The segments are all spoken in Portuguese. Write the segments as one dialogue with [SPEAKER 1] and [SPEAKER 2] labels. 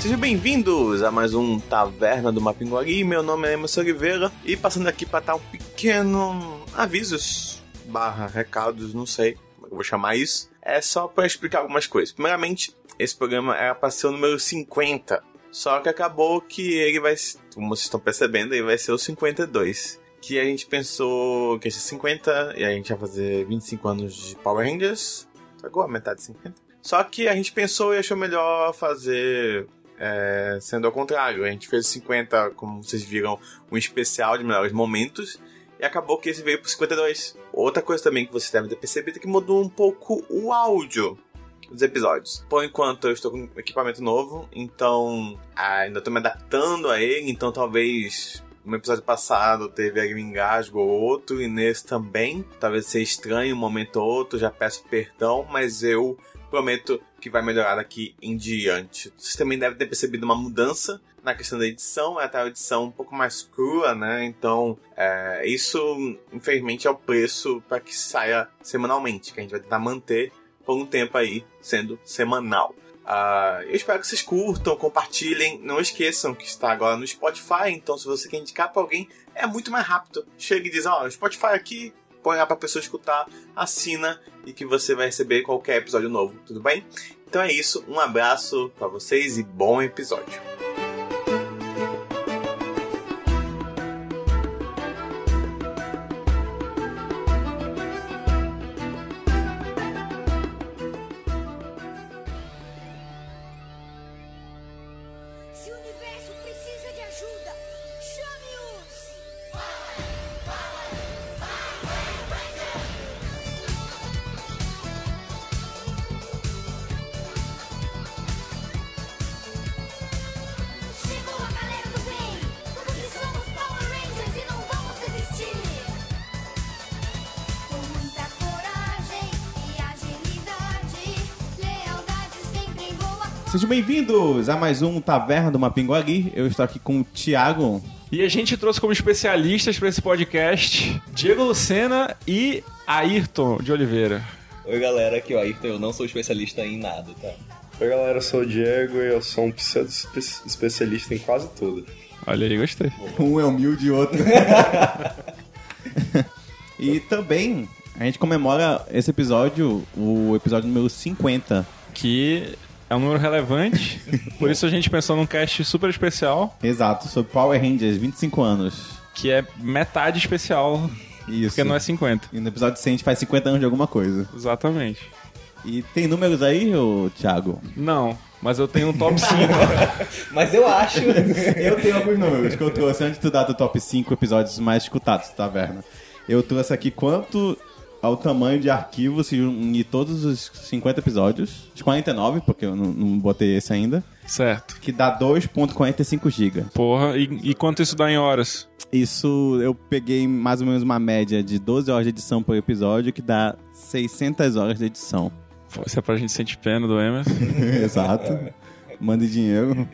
[SPEAKER 1] Sejam bem-vindos a mais um Taverna do Mapinguari. Meu nome é Emerson Oliveira e passando aqui para dar um pequeno avisos barra recados, não sei como é que eu vou chamar isso. É só para explicar algumas coisas. Primeiramente, esse programa era para ser o número 50, só que acabou que ele vai, como vocês estão percebendo, ele vai ser o 52. Que a gente pensou que ia ser 50 e a gente ia fazer 25 anos de Power Rangers. Agora metade de 50. Só que a gente pensou e achou melhor fazer é, sendo ao contrário. A gente fez 50, como vocês viram, um especial de melhores momentos. E acabou que esse veio pro 52. Outra coisa também que vocês devem ter percebido é que mudou um pouco o áudio dos episódios. Por enquanto eu estou com um equipamento novo, então ainda estou me adaptando a ele, então talvez no episódio passado teve aí um engasgo ou outro, e nesse também. Talvez seja estranho um momento ou outro, já peço perdão, mas eu prometo que vai melhorar daqui em diante. Vocês também devem ter percebido uma mudança na questão da edição, é até uma edição um pouco mais crua, né? Então, é, isso, infelizmente, é o preço para que saia semanalmente, que a gente vai tentar manter por um tempo aí, sendo semanal. Ah, eu espero que vocês curtam, compartilhem. Não esqueçam que está agora no Spotify, então se você quer indicar para alguém, é muito mais rápido. Chega e diz: Ó, o Spotify aqui, põe lá para pessoa escutar, assina e que você vai receber qualquer episódio novo, tudo bem? Então é isso, um abraço para vocês e bom episódio.
[SPEAKER 2] Se o universo precisa de ajuda, chame-os! Chegou a galera do bem! Porque somos Power Rangers e não vamos desistir! Com muita coragem e agilidade, lealdade sempre voa
[SPEAKER 3] Sejam bem-vindos a mais um Taverna do Mapinguari. Eu estou aqui com o Thiago.
[SPEAKER 4] E a gente trouxe como especialistas para esse podcast Diego Lucena e Ayrton de Oliveira.
[SPEAKER 5] Oi galera, aqui é o Ayrton, eu não sou especialista em nada, tá?
[SPEAKER 6] Oi galera, eu sou o Diego e eu sou um pseudo-especialista em quase tudo.
[SPEAKER 4] Olha aí, gostei.
[SPEAKER 3] Um é humilde e outro. e também a gente comemora esse episódio, o episódio número 50.
[SPEAKER 4] Que é um número relevante, por isso a gente pensou num cast super especial,
[SPEAKER 3] Exato, sobre Power Rangers, 25 anos.
[SPEAKER 4] que é metade especial,
[SPEAKER 3] Isso.
[SPEAKER 4] porque não é 50.
[SPEAKER 3] E no episódio 100 a gente faz 50 anos de alguma coisa.
[SPEAKER 4] Exatamente.
[SPEAKER 3] E tem números aí, ô, Thiago?
[SPEAKER 4] Não, mas eu tenho um top 5.
[SPEAKER 5] Mas eu acho.
[SPEAKER 3] Eu tenho alguns números que eu trouxe antes de dar do top 5 episódios mais escutados da taverna. Eu trouxe aqui quanto ao tamanho de arquivo se unir todos os 50 episódios, de 49, porque eu não, não botei esse ainda,
[SPEAKER 4] certo.
[SPEAKER 3] que dá 2.45 GB.
[SPEAKER 4] Porra, e, e quanto isso dá em horas?
[SPEAKER 3] Isso eu peguei mais ou menos uma média de 12 horas de edição por episódio, que dá 600 horas de edição.
[SPEAKER 4] Pô, Isso é pra gente sentir pena do Emerson.
[SPEAKER 3] Exato. Mande dinheiro.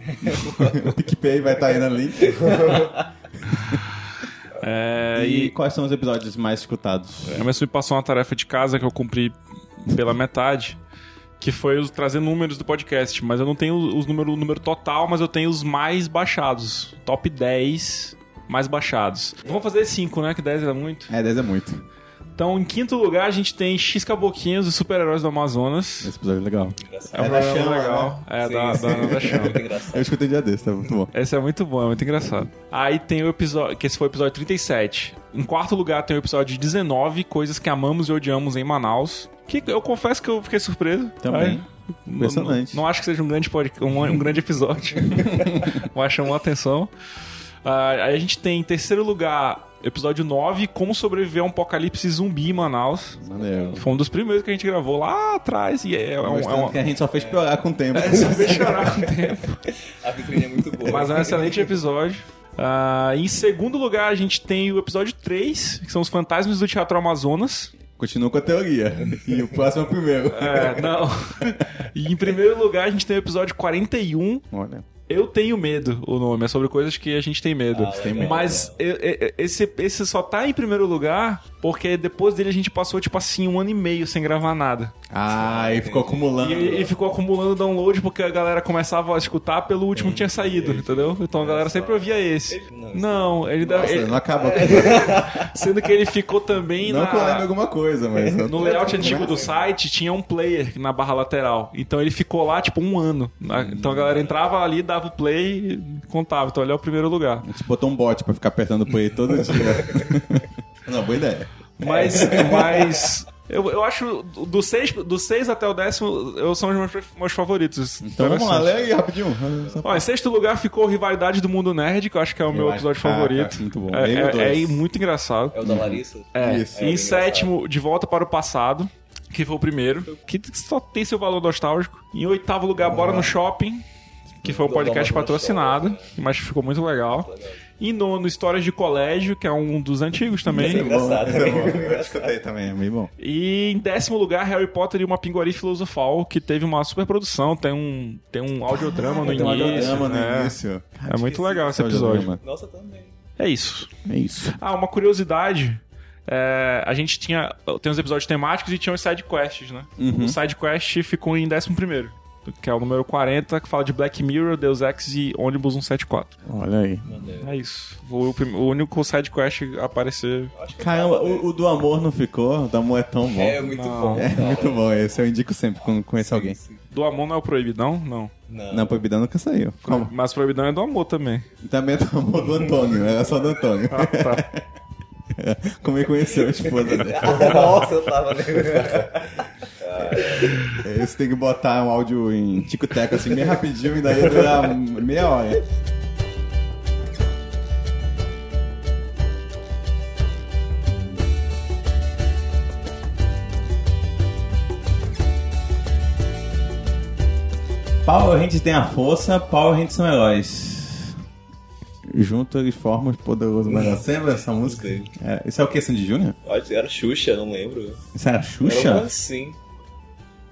[SPEAKER 3] o PicPay vai estar aí na link.
[SPEAKER 4] É,
[SPEAKER 3] e...
[SPEAKER 4] e
[SPEAKER 3] quais são os episódios mais escutados?
[SPEAKER 4] o Emerson É, me passou uma tarefa de casa que eu cumpri pela metade, que foi os- trazer números do podcast. Mas eu não tenho os número, o número total, mas eu tenho os mais baixados. Top 10 mais baixados. Vamos fazer 5, né? Que 10 é muito.
[SPEAKER 3] É, 10 é muito.
[SPEAKER 4] Então, em quinto lugar, a gente tem X Caboquinhos, os super-heróis do Amazonas.
[SPEAKER 3] Esse episódio é legal.
[SPEAKER 5] Engraçado.
[SPEAKER 4] É um
[SPEAKER 3] É da
[SPEAKER 4] programa
[SPEAKER 3] chama,
[SPEAKER 4] legal. É, da, da, da chama.
[SPEAKER 5] Muito engraçado.
[SPEAKER 3] Eu escutei um dia desse, tá muito bom.
[SPEAKER 4] Esse é muito bom, é muito engraçado. Aí tem o episódio. Que esse foi o episódio 37. Em quarto lugar tem o episódio 19, Coisas que Amamos e Odiamos em Manaus. Que eu confesso que eu fiquei surpreso.
[SPEAKER 3] Também.
[SPEAKER 4] Aí, n-
[SPEAKER 3] Impressionante.
[SPEAKER 4] n- Não, acho que seja um grande, podcast, um, um grande episódio. Mas chamou a atenção. Ah, aí a gente tem em terceiro lugar, episódio 9, Como Sobreviver a um Apocalipse Zumbi em Manaus.
[SPEAKER 3] Maneiro.
[SPEAKER 4] Foi um dos primeiros que a gente gravou lá atrás. E é, é um. É
[SPEAKER 3] Gostando
[SPEAKER 4] um
[SPEAKER 3] que a gente só fez piorar com o tempo.
[SPEAKER 4] Fez chorar com o tempo.
[SPEAKER 5] A vitrine é muito boa.
[SPEAKER 4] Mas é um excelente episódio. Ah, em segundo lugar, a gente tem o episódio 3, que são os fantasmas do Teatro Amazonas.
[SPEAKER 3] Continua com a teoria. E o próximo é o primeiro.
[SPEAKER 4] É, não. E em primeiro lugar, a gente tem o episódio 41,
[SPEAKER 3] Olha.
[SPEAKER 4] Eu Tenho Medo, o nome. É sobre coisas que a gente tem medo.
[SPEAKER 5] Ah, legal,
[SPEAKER 4] Mas eu- eu- esse, esse só tá em primeiro lugar porque depois dele a gente passou, tipo assim, um ano e meio sem gravar nada.
[SPEAKER 3] Ah, e ficou acumulando.
[SPEAKER 4] E, e ficou acumulando download porque a galera começava a escutar pelo último que tinha saído, entendeu? Então a galera sempre ouvia esse.
[SPEAKER 5] Ele- não,
[SPEAKER 4] Não, ele, dá-
[SPEAKER 3] Nossa,
[SPEAKER 4] ele-
[SPEAKER 3] não acaba.
[SPEAKER 4] Sendo que ele ficou também
[SPEAKER 3] Não
[SPEAKER 4] na-
[SPEAKER 3] que eu lembre alguma coisa, mas.
[SPEAKER 4] no layout antigo
[SPEAKER 3] né?
[SPEAKER 4] do site tinha um player na barra lateral. Então ele ficou lá tipo um ano. Na- Então a galera entrava ali, dava o play e contava. Então ele é o primeiro lugar.
[SPEAKER 3] A gente botou um bot pra ficar apertando play todo dia. Não, boa ideia.
[SPEAKER 4] Mas.
[SPEAKER 3] É.
[SPEAKER 4] mas eu, eu acho do 6 do seis até o décimo eu, são os meus, meus favoritos.
[SPEAKER 3] Então vamos lá,
[SPEAKER 4] Interessante.
[SPEAKER 3] lê aí rapidinho.
[SPEAKER 4] Ó, em sexto lugar ficou Rivalidade do Mundo Nerd, que eu acho que é o meu
[SPEAKER 3] acho-
[SPEAKER 4] episódio
[SPEAKER 3] Ah,
[SPEAKER 4] favorito.
[SPEAKER 3] cara, muito bom.
[SPEAKER 4] É,
[SPEAKER 3] Bem
[SPEAKER 4] é-
[SPEAKER 3] o dois.
[SPEAKER 4] é muito engraçado.
[SPEAKER 5] É o da Larissa?
[SPEAKER 4] É.
[SPEAKER 3] Isso.
[SPEAKER 4] em
[SPEAKER 5] É,
[SPEAKER 4] sétimo, De Volta para o Passado, que foi o primeiro, que só tem seu valor nostálgico. Em oitavo lugar, Bora no Shopping, que foi um
[SPEAKER 5] Do
[SPEAKER 4] podcast
[SPEAKER 5] Bora no
[SPEAKER 4] patrocinado, mas ficou muito legal. Em nono, Histórias de Colégio, que é um dos antigos
[SPEAKER 5] Esse é
[SPEAKER 4] também.
[SPEAKER 5] engraçado.
[SPEAKER 3] Esse é bom. Eu escutei também, é bem bom.
[SPEAKER 4] E em décimo lugar, Harry Potter e uma Pinguari Filosofal, que teve uma superprodução, tem um, tem um audiodrama no
[SPEAKER 3] Tem um
[SPEAKER 4] início.
[SPEAKER 3] audiodrama
[SPEAKER 4] né?
[SPEAKER 3] no início. um
[SPEAKER 4] É muito legal esse episódio.
[SPEAKER 3] Audiodrama.
[SPEAKER 5] Nossa, também.
[SPEAKER 4] É isso.
[SPEAKER 3] É isso.
[SPEAKER 4] Ah, uma curiosidade. é, a gente tinha. Tem uns episódios temáticos e tinha os side quests, né? O side quest ficou em 11, que é o número 40, que fala de Black Mirror, Deus Ex e Ônibus 174.
[SPEAKER 3] Olha aí.
[SPEAKER 4] É isso. Foi o, prim- o único side quest a aparecer.
[SPEAKER 3] Caramba, o, o do amor não ficou? O do amor é tão bom.
[SPEAKER 5] É muito
[SPEAKER 4] Não.
[SPEAKER 5] bom.
[SPEAKER 3] É
[SPEAKER 5] cara.
[SPEAKER 3] muito bom, esse eu indico sempre quando conheço alguém.
[SPEAKER 4] Do amor não é o proibidão? Não.
[SPEAKER 5] Não.
[SPEAKER 3] Não, proibidão nunca saiu. Como?
[SPEAKER 4] Mas proibidão é do amor também.
[SPEAKER 3] Também é do amor do Antônio, né? era só do Antônio.
[SPEAKER 4] Ah, tá.
[SPEAKER 3] Como ele conheceu a esposa dele.
[SPEAKER 5] Nossa, eu tava lembrando.
[SPEAKER 3] Esse É, tem que botar um áudio em tico-teco assim, bem rapidinho, e daí dura meia hora. Power Rangers tem a força, Power Rangers são heróis. Juntos eles formam os poderosos. Mas lembra essa música?
[SPEAKER 5] Sei.
[SPEAKER 3] É, isso é o que, Sandy Júnior?
[SPEAKER 5] Acho que Era Xuxa, não lembro.
[SPEAKER 3] Isso era
[SPEAKER 5] Era uma
[SPEAKER 3] Xuxa?
[SPEAKER 5] assim.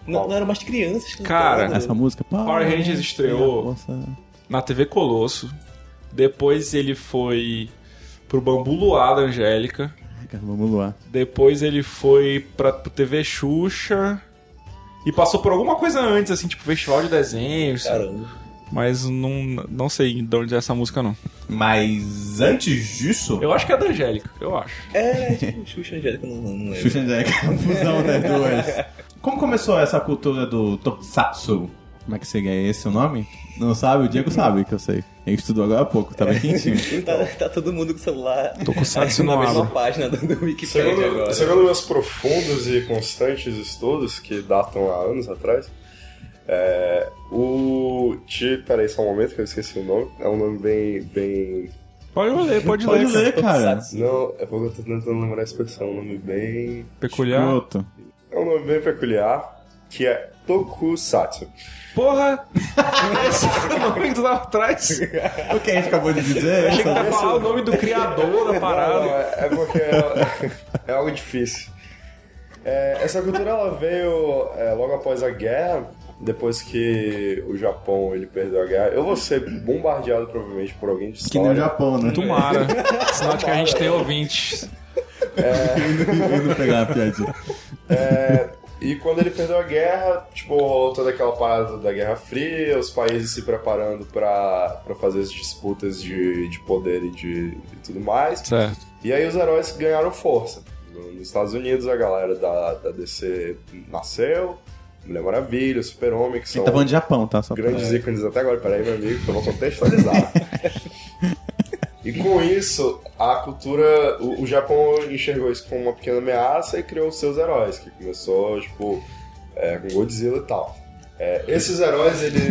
[SPEAKER 5] Não, não eram mais crianças cantando.
[SPEAKER 4] Cara,
[SPEAKER 3] Essa música?
[SPEAKER 4] Power Rangers estreou.
[SPEAKER 3] tem a força.
[SPEAKER 4] Na TV Colosso. Depois ele foi pro Bambu Luar da Angélica.
[SPEAKER 3] Cara, Vamos lá.
[SPEAKER 4] Depois ele foi pra pro TV Xuxa. E passou por alguma coisa antes, assim, tipo festival de desenhos.
[SPEAKER 5] Caramba.
[SPEAKER 4] Mas não, não sei de onde é essa música, não.
[SPEAKER 3] Mas antes disso.
[SPEAKER 4] Eu acho que é da Angélica, eu acho.
[SPEAKER 5] É, tipo, Xuxa Angélica, não, não lembro.
[SPEAKER 3] Xuxa and Jack, um a fusão das duas. Como começou essa cultura do Tokusatsu? Como é que seria esse o nome? Não sabe? O Diego sabe que eu sei. Ele estudou agora há pouco, tá bem quentinho.
[SPEAKER 5] Tá, tá todo mundo com o celular
[SPEAKER 4] Tô com saco
[SPEAKER 5] na
[SPEAKER 4] no
[SPEAKER 5] mesma
[SPEAKER 4] aba.
[SPEAKER 5] página do, do Wikipedia
[SPEAKER 6] Segundo,
[SPEAKER 5] agora.
[SPEAKER 6] segundo meus profundos e constantes estudos, que datam há anos atrás, é, o. Ti, peraí, só um momento que eu esqueci o nome. É um nome bem. bem
[SPEAKER 4] Pode ler, pode,
[SPEAKER 3] Pode
[SPEAKER 4] ler.
[SPEAKER 3] ler, cara.
[SPEAKER 6] não, é porque eu tô tentando lembrar a expressão. É um nome bem.
[SPEAKER 4] Peculiar.
[SPEAKER 3] Escroto.
[SPEAKER 6] É um nome bem peculiar, que é Tokusatsu.
[SPEAKER 4] Porra! Esse é o nome do lá atrás. Eu
[SPEAKER 3] O que a gente acabou de dizer? é
[SPEAKER 4] achei que
[SPEAKER 3] essa-
[SPEAKER 4] ia falar o nome do criador da
[SPEAKER 6] Não, não,
[SPEAKER 4] parada.
[SPEAKER 6] é é porque é, é algo difícil. É, essa cultura ela veio é, logo após a guerra, depois que o Japão ele perdeu a guerra. Eu vou ser bombardeado provavelmente por alguém de
[SPEAKER 3] Que nem o
[SPEAKER 6] história.
[SPEAKER 3] Japão, né?
[SPEAKER 4] Tomara. Sinal de que a gente tem ouvintes.
[SPEAKER 3] Eu não pegar a piadinha.
[SPEAKER 6] É, e quando ele perdeu a guerra, tipo, rolou toda aquela parada da Guerra Fria, os países se preparando pra pra fazer as disputas de, de poder e de e tudo mais.
[SPEAKER 4] Certo.
[SPEAKER 6] E aí os heróis ganharam força. No- Nos Estados Unidos a galera da, da DC nasceu, Mulher Maravilha, Super-Homem, que
[SPEAKER 3] Ele
[SPEAKER 6] são
[SPEAKER 3] tá falando de Japão, tá? Só pra-
[SPEAKER 6] grandes ícones até agora. Peraí, meu amigo, que eu vou contextualizar. e com isso, a cultura... O, o Japão enxergou isso como uma pequena ameaça e criou os seus heróis, que começou, tipo, é, com Godzilla e tal. É, esses heróis, eles...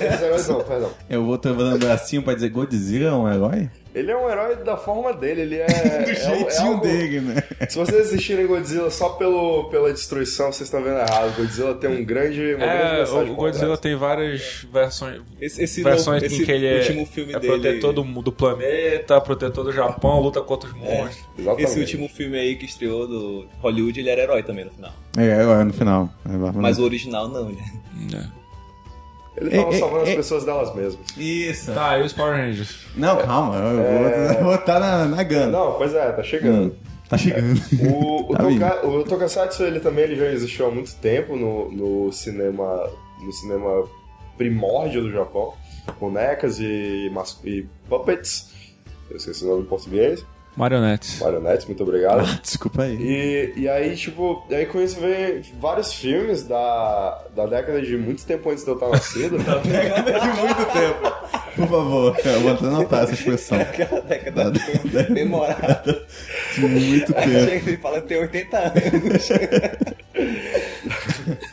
[SPEAKER 6] é, esses heróis não, perdão.
[SPEAKER 3] Eu vou travando um bracinho pra dizer Godzilla é um herói?
[SPEAKER 6] Ele é um herói da forma dele, ele é...
[SPEAKER 3] Do
[SPEAKER 6] é- é
[SPEAKER 3] jeitinho
[SPEAKER 6] algo-
[SPEAKER 3] dele, né?
[SPEAKER 6] Se vocês assistirem Godzilla só pelo, pela destruição, vocês estão vendo errado. Godzilla tem um grande. Uma grande
[SPEAKER 4] É,
[SPEAKER 6] mensagem
[SPEAKER 4] o
[SPEAKER 6] por
[SPEAKER 4] Godzilla
[SPEAKER 6] trás.
[SPEAKER 4] tem várias versões,
[SPEAKER 5] Esse, esse,
[SPEAKER 4] versões
[SPEAKER 5] novo-
[SPEAKER 4] em que ele é,
[SPEAKER 5] último filme
[SPEAKER 4] é
[SPEAKER 5] dele.
[SPEAKER 4] protetor do, do planeta, é protetor do Japão, luta contra os monstros.
[SPEAKER 6] Exatamente.
[SPEAKER 5] Esse último filme aí que estreou do Hollywood, ele era herói também no final.
[SPEAKER 3] É, é no final. É,
[SPEAKER 5] Mas o original não, né?
[SPEAKER 6] Ele
[SPEAKER 3] É,
[SPEAKER 6] tava
[SPEAKER 3] é,
[SPEAKER 6] salvando
[SPEAKER 3] é.
[SPEAKER 6] as pessoas delas mesmas.
[SPEAKER 3] Isso.
[SPEAKER 4] Tá, e os Power Rangers?
[SPEAKER 3] Não, calma, eu vou eu vou botar na, na gana.
[SPEAKER 6] É. Não, pois é, tá chegando.
[SPEAKER 3] Tá chegando.
[SPEAKER 6] O, o,
[SPEAKER 3] Tá
[SPEAKER 6] Toka, o Tokusatsu, ele também ele já existiu há muito tempo no, no cinema no cinema primórdio do Japão. Bonecas e, mas- e puppets. Eu esqueci o nome em português.
[SPEAKER 4] Marionetes.
[SPEAKER 6] Marionetes, muito obrigado.
[SPEAKER 3] Desculpa aí.
[SPEAKER 6] E, e aí, tipo, e aí com isso vem vários filmes da, da década de muito tempo antes de eu estar nascido.
[SPEAKER 3] De muito tempo. Por favor, eu vou até anotar essa expressão.
[SPEAKER 5] Aquela década foi memorável.
[SPEAKER 3] De muito tempo.
[SPEAKER 5] Chega e fala, tem 80 anos.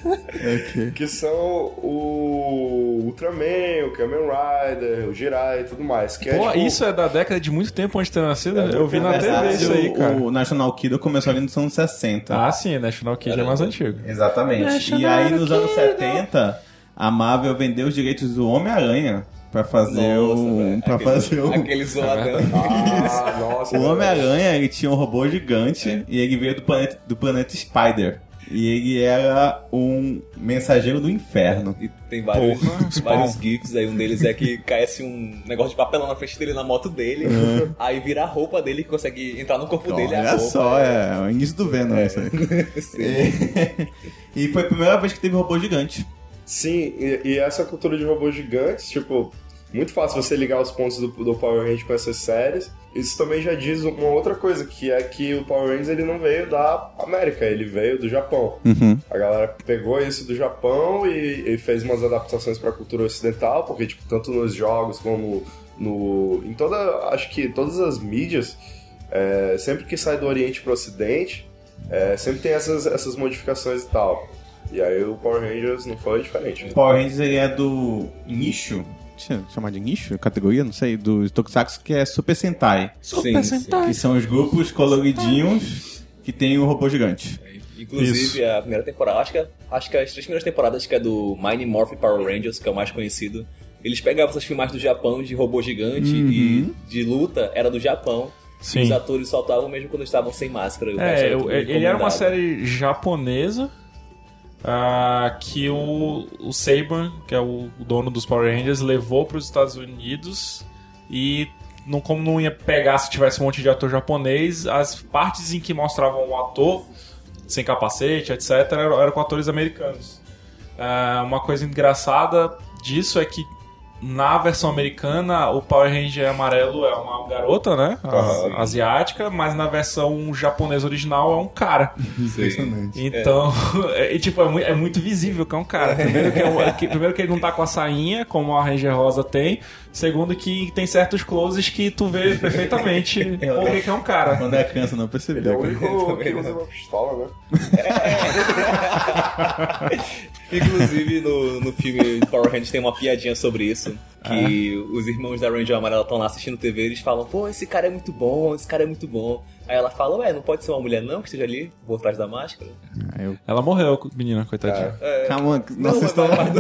[SPEAKER 3] Ok.
[SPEAKER 6] que são o Ultraman, o Kamen Rider, o Jirai e tudo mais. Que é,
[SPEAKER 4] Pô,
[SPEAKER 6] tipo,
[SPEAKER 4] isso é da década de muito tempo antes de ter nascido? né?
[SPEAKER 6] É,
[SPEAKER 4] eu vi na
[SPEAKER 3] Apesar
[SPEAKER 4] TV
[SPEAKER 3] de
[SPEAKER 4] isso aí,
[SPEAKER 3] o-
[SPEAKER 4] cara.
[SPEAKER 3] O National Kid começou ali nos anos 60.
[SPEAKER 4] Ah, sim, National Kid é mais antigo.
[SPEAKER 3] Exatamente. e aí, nos anos 70, a Marvel vendeu os direitos do Homem-Aranha pra fazer
[SPEAKER 5] velho.
[SPEAKER 3] o. um Pra
[SPEAKER 5] Aquele-
[SPEAKER 3] fazer um- o.
[SPEAKER 5] Aquele zoadão.
[SPEAKER 6] Ah, nossa.
[SPEAKER 3] O Homem-Aranha, ele tinha um robô gigante e ele veio do planeta, do planeta Spider. E ele era um mensageiro do inferno.
[SPEAKER 5] E tem vários,
[SPEAKER 4] Porra,
[SPEAKER 5] vários
[SPEAKER 4] Spawn.
[SPEAKER 5] gifs aí. Um deles é que cai assim um negócio de papelão na frente dele, na moto dele. Aí vira a roupa dele e consegue entrar no corpo dele. a
[SPEAKER 3] É. Olha
[SPEAKER 5] roupa.
[SPEAKER 3] só, é, o início do Venom isso aí. É.
[SPEAKER 5] Sim.
[SPEAKER 3] E, e foi a primeira vez que teve robô gigante.
[SPEAKER 6] Sim, e, e essa cultura de robôs gigantes, tipo, muito fácil você ligar os pontos do, do Power Rangers com essas séries. Isso também já diz uma outra coisa, que é que o Power Rangers ele não veio da América, ele veio do Japão.
[SPEAKER 3] Uhum.
[SPEAKER 6] A galera pegou isso do Japão e, e fez umas adaptações pra cultura ocidental, porque tipo, tanto nos jogos como no em toda, acho que todas as mídias, é, sempre que sai do Oriente pro Ocidente, é, sempre tem essas, essas modificações e tal. E aí o Power Rangers não foi diferente.
[SPEAKER 3] Power Rangers ele é do nicho. Deixa eu chamar de nicho? Categoria? Não sei. Do Tokusatsu, que é Super Sentai.
[SPEAKER 5] Sim, sim.
[SPEAKER 3] Que são os grupos coloridinhos que tem o robô gigante.
[SPEAKER 5] Inclusive,
[SPEAKER 4] Isso.
[SPEAKER 5] a primeira temporada, acho que, é, acho que as três primeiras temporadas, que é do Mine Morph Power Rangers, que é o mais conhecido, eles pegavam essas filmagens do Japão de robô gigante
[SPEAKER 3] Uhum.
[SPEAKER 5] e de luta, era do Japão. E
[SPEAKER 4] Sim.
[SPEAKER 5] Os atores soltavam mesmo quando estavam sem máscara. o resto
[SPEAKER 4] É,
[SPEAKER 5] era
[SPEAKER 4] eu-
[SPEAKER 5] tudo
[SPEAKER 4] ele era uma
[SPEAKER 5] encomendado.
[SPEAKER 4] série japonesa ah, que o, o Saban, que é o, o dono dos Power Rangers, levou para os Estados Unidos e não, como não ia pegar se tivesse um monte de ator japonês, as partes em que mostravam o ator sem capacete, etc., eram, eram com atores americanos. Ah, uma coisa engraçada disso é que na versão americana o Power Ranger amarelo é uma garota, né?
[SPEAKER 6] Aham.
[SPEAKER 4] asiática, mas na versão japonesa original é um cara.
[SPEAKER 3] Impressionante.
[SPEAKER 4] Então, é, tipo, é, mu- é muito visível que é um cara. Primeiro que, é um- que- primeiro que ele não tá com a sainha, como a Ranger Rosa tem. Segundo que tem certos closes que tu vê perfeitamente por que que é um cara.
[SPEAKER 3] Quando é criança, não percebia.
[SPEAKER 6] Ele é o
[SPEAKER 3] cara.
[SPEAKER 6] único
[SPEAKER 5] também
[SPEAKER 6] que usa
[SPEAKER 5] não.
[SPEAKER 6] uma pistola, né?
[SPEAKER 5] Inclusive, no, no filme Power Rangers tem uma piadinha sobre isso. Que
[SPEAKER 4] Ah.
[SPEAKER 5] os irmãos da Ranger Amarela estão lá assistindo TV e eles falam, pô, esse cara é muito bom, esse cara é muito bom. Aí ela fala, ué, não pode ser uma mulher não que esteja ali por trás da máscara?
[SPEAKER 3] Aí eu-
[SPEAKER 4] Ela morreu, co- menina, coitadinha.
[SPEAKER 3] Calma, que- nossa história.
[SPEAKER 5] mas-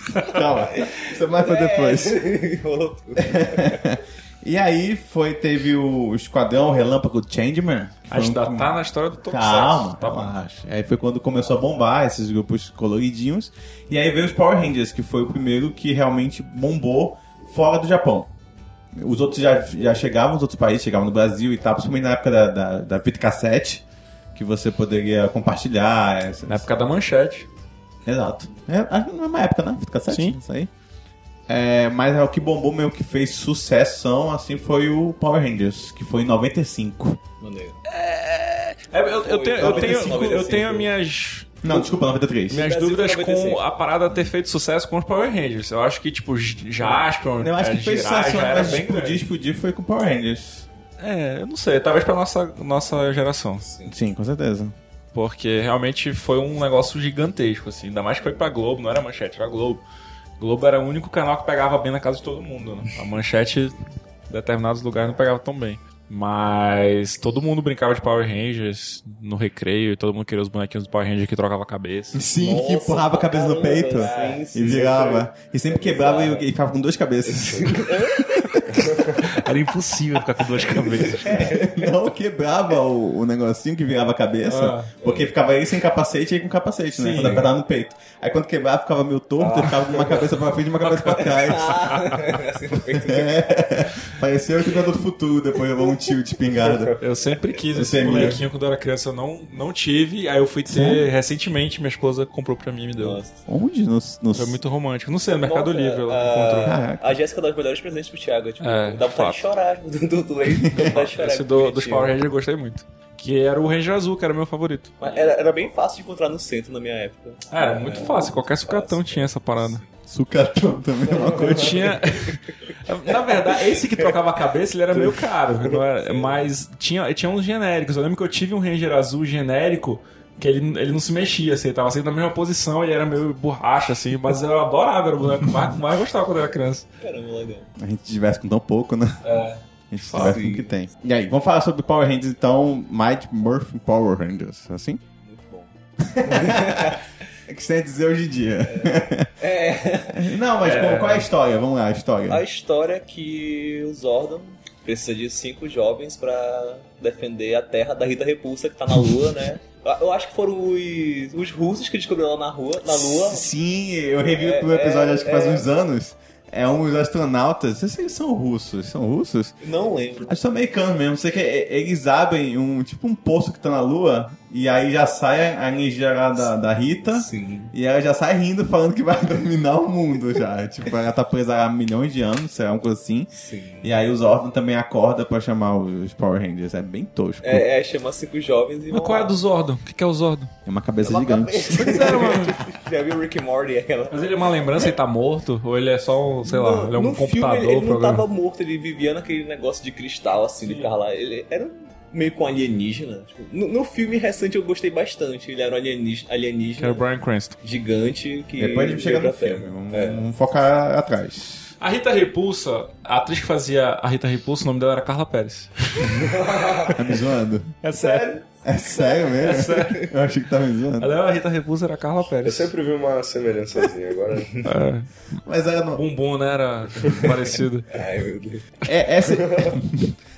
[SPEAKER 3] Calma. Isso é mais pra depois.
[SPEAKER 5] Rolou tudo.
[SPEAKER 3] E aí foi, teve o Esquadrão Relâmpago Changeman. que
[SPEAKER 4] A
[SPEAKER 3] foi
[SPEAKER 4] gente
[SPEAKER 3] um-
[SPEAKER 4] ainda tá na história do Top
[SPEAKER 3] Calma,
[SPEAKER 4] Tá bom.
[SPEAKER 3] relaxa. Aí foi quando começou a bombar esses grupos coloridinhos. E aí veio os Power Rangers, que foi o primeiro que realmente bombou fora do Japão. Os outros já, já chegavam, os outros países chegavam no Brasil e tal, principalmente na época da, da, da fita cassete, que você poderia compartilhar. Essas...
[SPEAKER 4] Na época da manchete.
[SPEAKER 3] Exato. É, acho que não é uma época, né? Fita cassete,
[SPEAKER 4] Sim.
[SPEAKER 3] isso aí. É, mas é o que bombou mesmo, que fez sucessão, assim, foi o Power Rangers, que foi em 95.
[SPEAKER 5] Maneiro.
[SPEAKER 4] É, eu, eu tenho, eu, tenho,
[SPEAKER 5] 95,
[SPEAKER 4] eu tenho as minhas
[SPEAKER 3] Não, desculpa, 93.
[SPEAKER 4] Minhas
[SPEAKER 5] Brasil
[SPEAKER 4] dúvidas
[SPEAKER 5] foi
[SPEAKER 4] com
[SPEAKER 5] 95.
[SPEAKER 4] a parada ter feito sucesso com os Power Rangers. Eu acho que, tipo, J- Jasper,
[SPEAKER 3] Eu acho
[SPEAKER 4] eh,
[SPEAKER 3] que fez
[SPEAKER 4] Jiraiya
[SPEAKER 3] sensação,
[SPEAKER 4] já era
[SPEAKER 3] mas tipo,
[SPEAKER 4] bem
[SPEAKER 3] explodir,
[SPEAKER 4] grande.
[SPEAKER 3] explodir foi com Power Rangers.
[SPEAKER 4] É, eu não sei, talvez pra nossa, nossa geração.
[SPEAKER 3] Sim, com certeza.
[SPEAKER 4] Porque realmente foi um negócio gigantesco, assim. Ainda mais que foi pra Globo, não era manchete, era Globo. Globo era o único canal que pegava bem na casa de todo mundo, né? A manchete, em determinados lugares, não pegava tão bem. Mas todo mundo brincava de Power Rangers no recreio, e todo mundo queria os bonequinhos do Power Ranger que trocava a cabeça.
[SPEAKER 3] Sim,
[SPEAKER 5] Nossa,
[SPEAKER 3] que empurrava a cabeça no
[SPEAKER 5] caramba,
[SPEAKER 3] peito
[SPEAKER 5] sim,
[SPEAKER 3] e
[SPEAKER 5] sim,
[SPEAKER 3] virava. E sempre quebrava e e ficava com duas cabeças.
[SPEAKER 4] Era impossível ficar com duas cabeças.
[SPEAKER 3] Não quebrava o, o negocinho que virava a cabeça, porque ficava ele sem capacete e ele com capacete, né? Quando apertava no peito. Aí quando quebrava, ficava meio torto, e ficava com uma cabeça pra frente e Ah. uma cabeça pra trás.
[SPEAKER 5] assim, no peito.
[SPEAKER 3] É, parecia o jogador do futuro, depois levou um tiro de espingarda.
[SPEAKER 4] Eu sempre quis
[SPEAKER 3] Você
[SPEAKER 4] esse
[SPEAKER 3] é minha.
[SPEAKER 4] bonequinho quando eu era criança, eu não, não tive. Aí eu fui ter recentemente, minha esposa comprou pra mim e me deu.
[SPEAKER 5] Nossa.
[SPEAKER 3] Onde? Nos, nos...
[SPEAKER 4] Foi é, muito romântico. Não sei, no Mercado
[SPEAKER 5] Nossa,
[SPEAKER 4] Livre ela encontrou.
[SPEAKER 5] a,
[SPEAKER 3] Caraca.
[SPEAKER 5] a Jéssica dá os melhores presentes pro Thiago. Tipo,
[SPEAKER 4] É,
[SPEAKER 5] dá vontade
[SPEAKER 4] fato.
[SPEAKER 5] de chorar. Do, do, do leite, dá vontade de chorar.
[SPEAKER 4] Esse
[SPEAKER 5] que
[SPEAKER 4] do, dos
[SPEAKER 5] bonitinho.
[SPEAKER 4] Power Rangers eu gostei muito. Que era o Ranger Azul, que era meu favorito.
[SPEAKER 5] Mas Era, era bem fácil de encontrar no centro na minha época. É,
[SPEAKER 4] Era É, muito fácil, qualquer sucatão tinha essa parada.
[SPEAKER 3] Sucatão também é uma
[SPEAKER 4] Eu
[SPEAKER 3] coisa.
[SPEAKER 4] tinha. Na verdade, esse que trocava a cabeça, ele era meio caro. não era- Mas tinha, tinha uns genéricos. Eu lembro que eu tive um Ranger azul genérico que ele, ele não se mexia, assim, ele tava sempre na mesma posição, ele era meio borracha, assim, mas eu adorava, era o boneco que mais, mais gostava quando eu era criança.
[SPEAKER 5] Caramba, legal.
[SPEAKER 3] A gente diverte com tão pouco, né?
[SPEAKER 5] É.
[SPEAKER 3] A gente diverte com o que tem. E aí, vamos falar sobre Power Rangers, então. Might Murphy Power Rangers, assim?
[SPEAKER 5] Muito bom.
[SPEAKER 3] É que você ia dizer hoje em dia.
[SPEAKER 5] É.
[SPEAKER 3] Não, mas qual- qual é a história? Vamos lá, a história.
[SPEAKER 5] A história é que o Zordon precisa de cinco jovens pra defender a terra da Rita Repulsa, que tá na lua, né? Eu acho que foram os, os russos que descobriram ela na, rua, na lua.
[SPEAKER 3] Sim, eu revi o primeiro
[SPEAKER 5] É,
[SPEAKER 3] episódio, acho que faz
[SPEAKER 5] é.
[SPEAKER 3] uns anos. É uns astronautas. Não sei se eles são russos. São russos?
[SPEAKER 5] Não lembro.
[SPEAKER 3] Acho que são americanos mesmo. Sei que é- eles abrem um tipo um poço que tá na lua. E aí já sai a energia lá da, da Rita.
[SPEAKER 5] Sim.
[SPEAKER 3] E ela já sai rindo falando que vai dominar o mundo já. tipo, ela tá presa há milhões de anos, sei lá, uma coisa assim.
[SPEAKER 5] Sim.
[SPEAKER 3] E aí os Zordon também acorda pra chamar os Power Rangers. É bem tosco. É,
[SPEAKER 5] É, é chamar cinco jovens e.
[SPEAKER 4] Mas
[SPEAKER 5] vão
[SPEAKER 4] qual
[SPEAKER 5] lá.
[SPEAKER 4] era do Zordon? O que, que é o Zordon?
[SPEAKER 3] uma cabeça
[SPEAKER 5] Uma
[SPEAKER 3] gigante.
[SPEAKER 5] cabeça.
[SPEAKER 4] Pois era, mano.
[SPEAKER 5] Já viu Rick and Morty ela?
[SPEAKER 4] Mas ele é uma lembrança, ele tá morto? Ou ele é só um, sei lá,
[SPEAKER 5] no,
[SPEAKER 4] ele é um
[SPEAKER 5] no
[SPEAKER 4] computador?
[SPEAKER 5] filme ele, ele não
[SPEAKER 4] programa?
[SPEAKER 5] tava morto, ele vivia naquele negócio de cristal, assim, de ficar lá. Ele era meio com alienígena. tipo, no, no filme recente eu gostei bastante. Ele era um alienígena,
[SPEAKER 4] Que era
[SPEAKER 5] alienígena
[SPEAKER 4] o Brian Cranston.
[SPEAKER 5] gigante que.
[SPEAKER 3] Depois a gente chega
[SPEAKER 5] veio
[SPEAKER 3] no
[SPEAKER 5] pra Terra.
[SPEAKER 3] filme. Vamos,
[SPEAKER 5] É.
[SPEAKER 3] vamos focar atrás.
[SPEAKER 4] A Rita Repulsa, a atriz que fazia a Rita Repulsa, o nome dela era Carla Pérez.
[SPEAKER 3] Tá me zoando?
[SPEAKER 4] É sério?
[SPEAKER 3] É sério mesmo?
[SPEAKER 4] É sério.
[SPEAKER 3] Eu achei que tava me zoando.
[SPEAKER 4] Ela era a Rita Repulsa, era a Carla
[SPEAKER 6] Eu
[SPEAKER 4] Pérez.
[SPEAKER 6] sempre vi uma semelhançazinha, agora
[SPEAKER 4] É.
[SPEAKER 3] Mas ela não.
[SPEAKER 4] Bumbum, né? Era parecido.
[SPEAKER 5] Ai, meu Deus.
[SPEAKER 3] É, essa...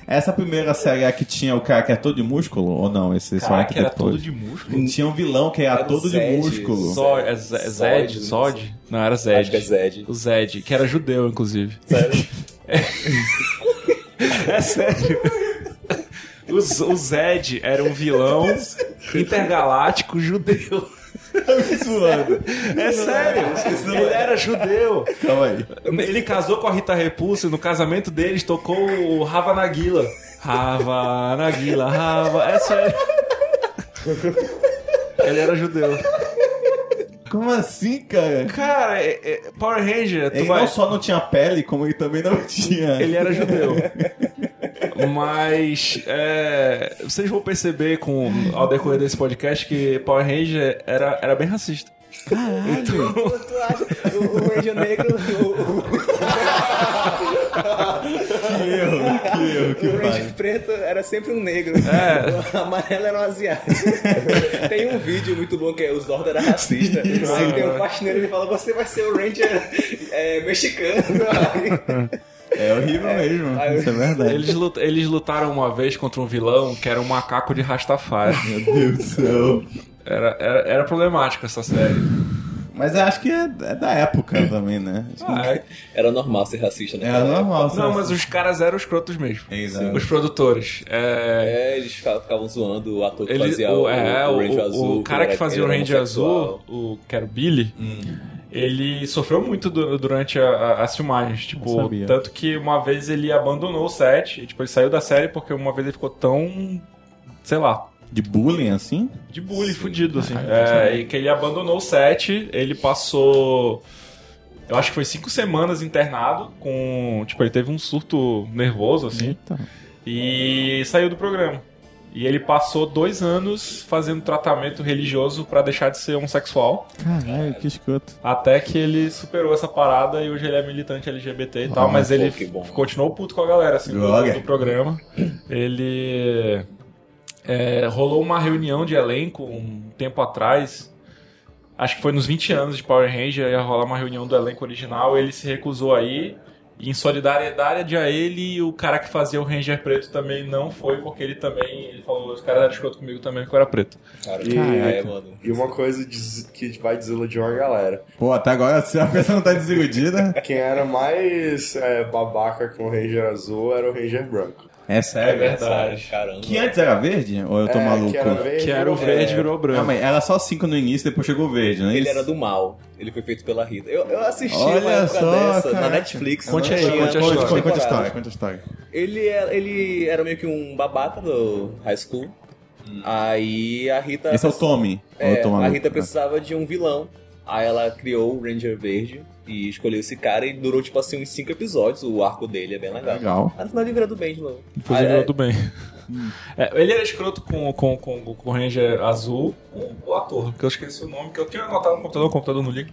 [SPEAKER 3] essa primeira série é a que tinha o cara que é todo de músculo? Ou não? Esse só é que depois?
[SPEAKER 4] de músculo.
[SPEAKER 3] Tinha um vilão que era
[SPEAKER 5] Era o
[SPEAKER 3] todo de
[SPEAKER 5] Zed,
[SPEAKER 3] músculo.
[SPEAKER 4] Só, é Ze- é Zed?
[SPEAKER 5] Zod, né?
[SPEAKER 4] Zod? Não, era Zed.
[SPEAKER 5] Acho que é Zed.
[SPEAKER 4] O Zed, que era judeu, inclusive.
[SPEAKER 5] Sério?
[SPEAKER 4] É sério. O, Z- o Zed era um vilão intergaláctico judeu.
[SPEAKER 3] Zoando.
[SPEAKER 4] É sério. Ele era judeu.
[SPEAKER 3] Calma aí.
[SPEAKER 4] Ele casou com a Rita Repulsa e no casamento deles tocou o Ravanagila. Ravanagila, Rava. É sério. Ele era judeu.
[SPEAKER 3] Como assim, cara?
[SPEAKER 4] Cara, é- é- Power Ranger, tu
[SPEAKER 3] Ele
[SPEAKER 4] vai.
[SPEAKER 3] não só não tinha pele, como ele também não tinha.
[SPEAKER 4] Ele era judeu. Mas é, vocês vão perceber com, ao decorrer desse podcast que Power Ranger era, era bem racista. Então,
[SPEAKER 5] Pô, tu acha? O, o Anjo Negro. O,
[SPEAKER 3] Que erro, que erro,
[SPEAKER 5] o,
[SPEAKER 3] que
[SPEAKER 5] o
[SPEAKER 3] pai.
[SPEAKER 5] Anjo Preto era sempre um negro.
[SPEAKER 4] É.
[SPEAKER 5] O amarelo era um asiático. Tem um vídeo muito bom que é o Zorda era racista. Aí tem um faxineiro e ele fala: Você vai ser o Ranger é, mexicano.
[SPEAKER 3] É horrível mesmo.
[SPEAKER 5] Aí eu-
[SPEAKER 3] Isso é verdade.
[SPEAKER 4] Eles, lut- eles lutaram uma vez contra um vilão que era um macaco de Rastafari.
[SPEAKER 3] Meu Deus do céu.
[SPEAKER 4] Era, era, era problemática essa série.
[SPEAKER 3] Mas eu acho que é, é da época também, né? Acho que-
[SPEAKER 4] Ah, é-
[SPEAKER 5] Era normal ser racista, né?
[SPEAKER 3] Era normal. sabe?
[SPEAKER 4] Não, mas os caras eram escrotos mesmo.
[SPEAKER 3] Exato.
[SPEAKER 4] Os produtores. É,
[SPEAKER 5] É, eles fica- ficavam zoando o ator que
[SPEAKER 4] ele-
[SPEAKER 5] fazia
[SPEAKER 4] o,
[SPEAKER 5] o,
[SPEAKER 4] é,
[SPEAKER 5] o
[SPEAKER 4] o-
[SPEAKER 5] Ranger
[SPEAKER 4] o-
[SPEAKER 5] Azul.
[SPEAKER 4] o cara
[SPEAKER 5] ele
[SPEAKER 4] que
[SPEAKER 5] era-
[SPEAKER 4] fazia o
[SPEAKER 5] ele era
[SPEAKER 4] Ranger Azul,
[SPEAKER 5] homossexual. Hum.
[SPEAKER 4] o, que era o Billy, ele sofreu muito du- durante a- a- as filmagens.
[SPEAKER 3] Não
[SPEAKER 4] Tipo,
[SPEAKER 3] sabia.
[SPEAKER 4] tanto que uma vez ele abandonou o set. e, tipo, ele saiu da série porque uma vez ele ficou tão. sei lá.
[SPEAKER 3] De bullying, assim?
[SPEAKER 4] De bullying, fudido, assim. É, e que ele abandonou o set, ele passou. Eu acho que foi cinco semanas internado com. Tipo, ele teve um surto nervoso, assim.
[SPEAKER 3] Eita.
[SPEAKER 4] e saiu do programa. E ele passou dois anos fazendo tratamento religioso pra deixar de ser homossexual.
[SPEAKER 3] Caralho, que escroto.
[SPEAKER 4] Até que ele superou essa parada e hoje ele é militante LGBT e tal, mas
[SPEAKER 5] pô,
[SPEAKER 4] ele
[SPEAKER 5] que bom.
[SPEAKER 4] continuou puto com a galera, assim, do,
[SPEAKER 3] Droga.
[SPEAKER 4] do programa. Ele. é, rolou uma reunião de elenco um tempo atrás. Acho que foi nos 20 anos de Power Ranger, ia rolar uma reunião do elenco original, ele se recusou aí. Em solidariedade a ele, o cara que fazia o Ranger preto também não foi, porque ele também. Ele falou, os caras eram escroto comigo também, porque eu era preto.
[SPEAKER 5] Cara,
[SPEAKER 6] E-
[SPEAKER 5] é, mano.
[SPEAKER 6] E uma coisa des- que vai desiludir uma galera.
[SPEAKER 3] Pô, até agora se a pessoa não tá desiludida.
[SPEAKER 6] Quem era mais é, babaca com o Ranger azul era o Ranger branco.
[SPEAKER 3] É
[SPEAKER 4] É
[SPEAKER 3] sério.
[SPEAKER 4] verdade.
[SPEAKER 5] Caramba.
[SPEAKER 3] Que antes era verde? Ou eu tô
[SPEAKER 6] É,
[SPEAKER 3] maluco?
[SPEAKER 6] Que era verde,
[SPEAKER 4] Que era o verde, virou
[SPEAKER 3] Ah,
[SPEAKER 4] branco.
[SPEAKER 3] mas era só cinco no início, depois chegou o verde, né?
[SPEAKER 5] Ele era do mal. Ele foi feito pela Rita. Eu, eu assisti
[SPEAKER 3] Olha
[SPEAKER 5] uma época
[SPEAKER 3] só,
[SPEAKER 5] dessa
[SPEAKER 3] caraca.
[SPEAKER 5] na Netflix.
[SPEAKER 4] Conte
[SPEAKER 5] não
[SPEAKER 4] aí,
[SPEAKER 5] tinha-
[SPEAKER 4] conte a
[SPEAKER 5] não tinha
[SPEAKER 4] história.
[SPEAKER 3] Conta a
[SPEAKER 5] temporada.
[SPEAKER 3] história, conta a história.
[SPEAKER 5] Ele era, ele era meio que um babaca do high school. Aí a Rita.
[SPEAKER 3] Esse é o Tommy. ou eu
[SPEAKER 5] É,
[SPEAKER 3] tô
[SPEAKER 5] a
[SPEAKER 3] maluco?
[SPEAKER 5] Rita precisava de um vilão. Aí ela criou o Ranger Verde e escolheu esse cara e durou, tipo assim, uns cinco episódios. O arco dele é bem legal.
[SPEAKER 3] Legal.
[SPEAKER 5] Mas no final ele virou do bem de novo.
[SPEAKER 4] Depois
[SPEAKER 5] Aí,
[SPEAKER 4] ele virou do bem. É, ele era escroto com, com, com, com o Ranger Azul, com o ator, que eu esqueci o nome, que eu tinha anotado no computador, o computador não liga.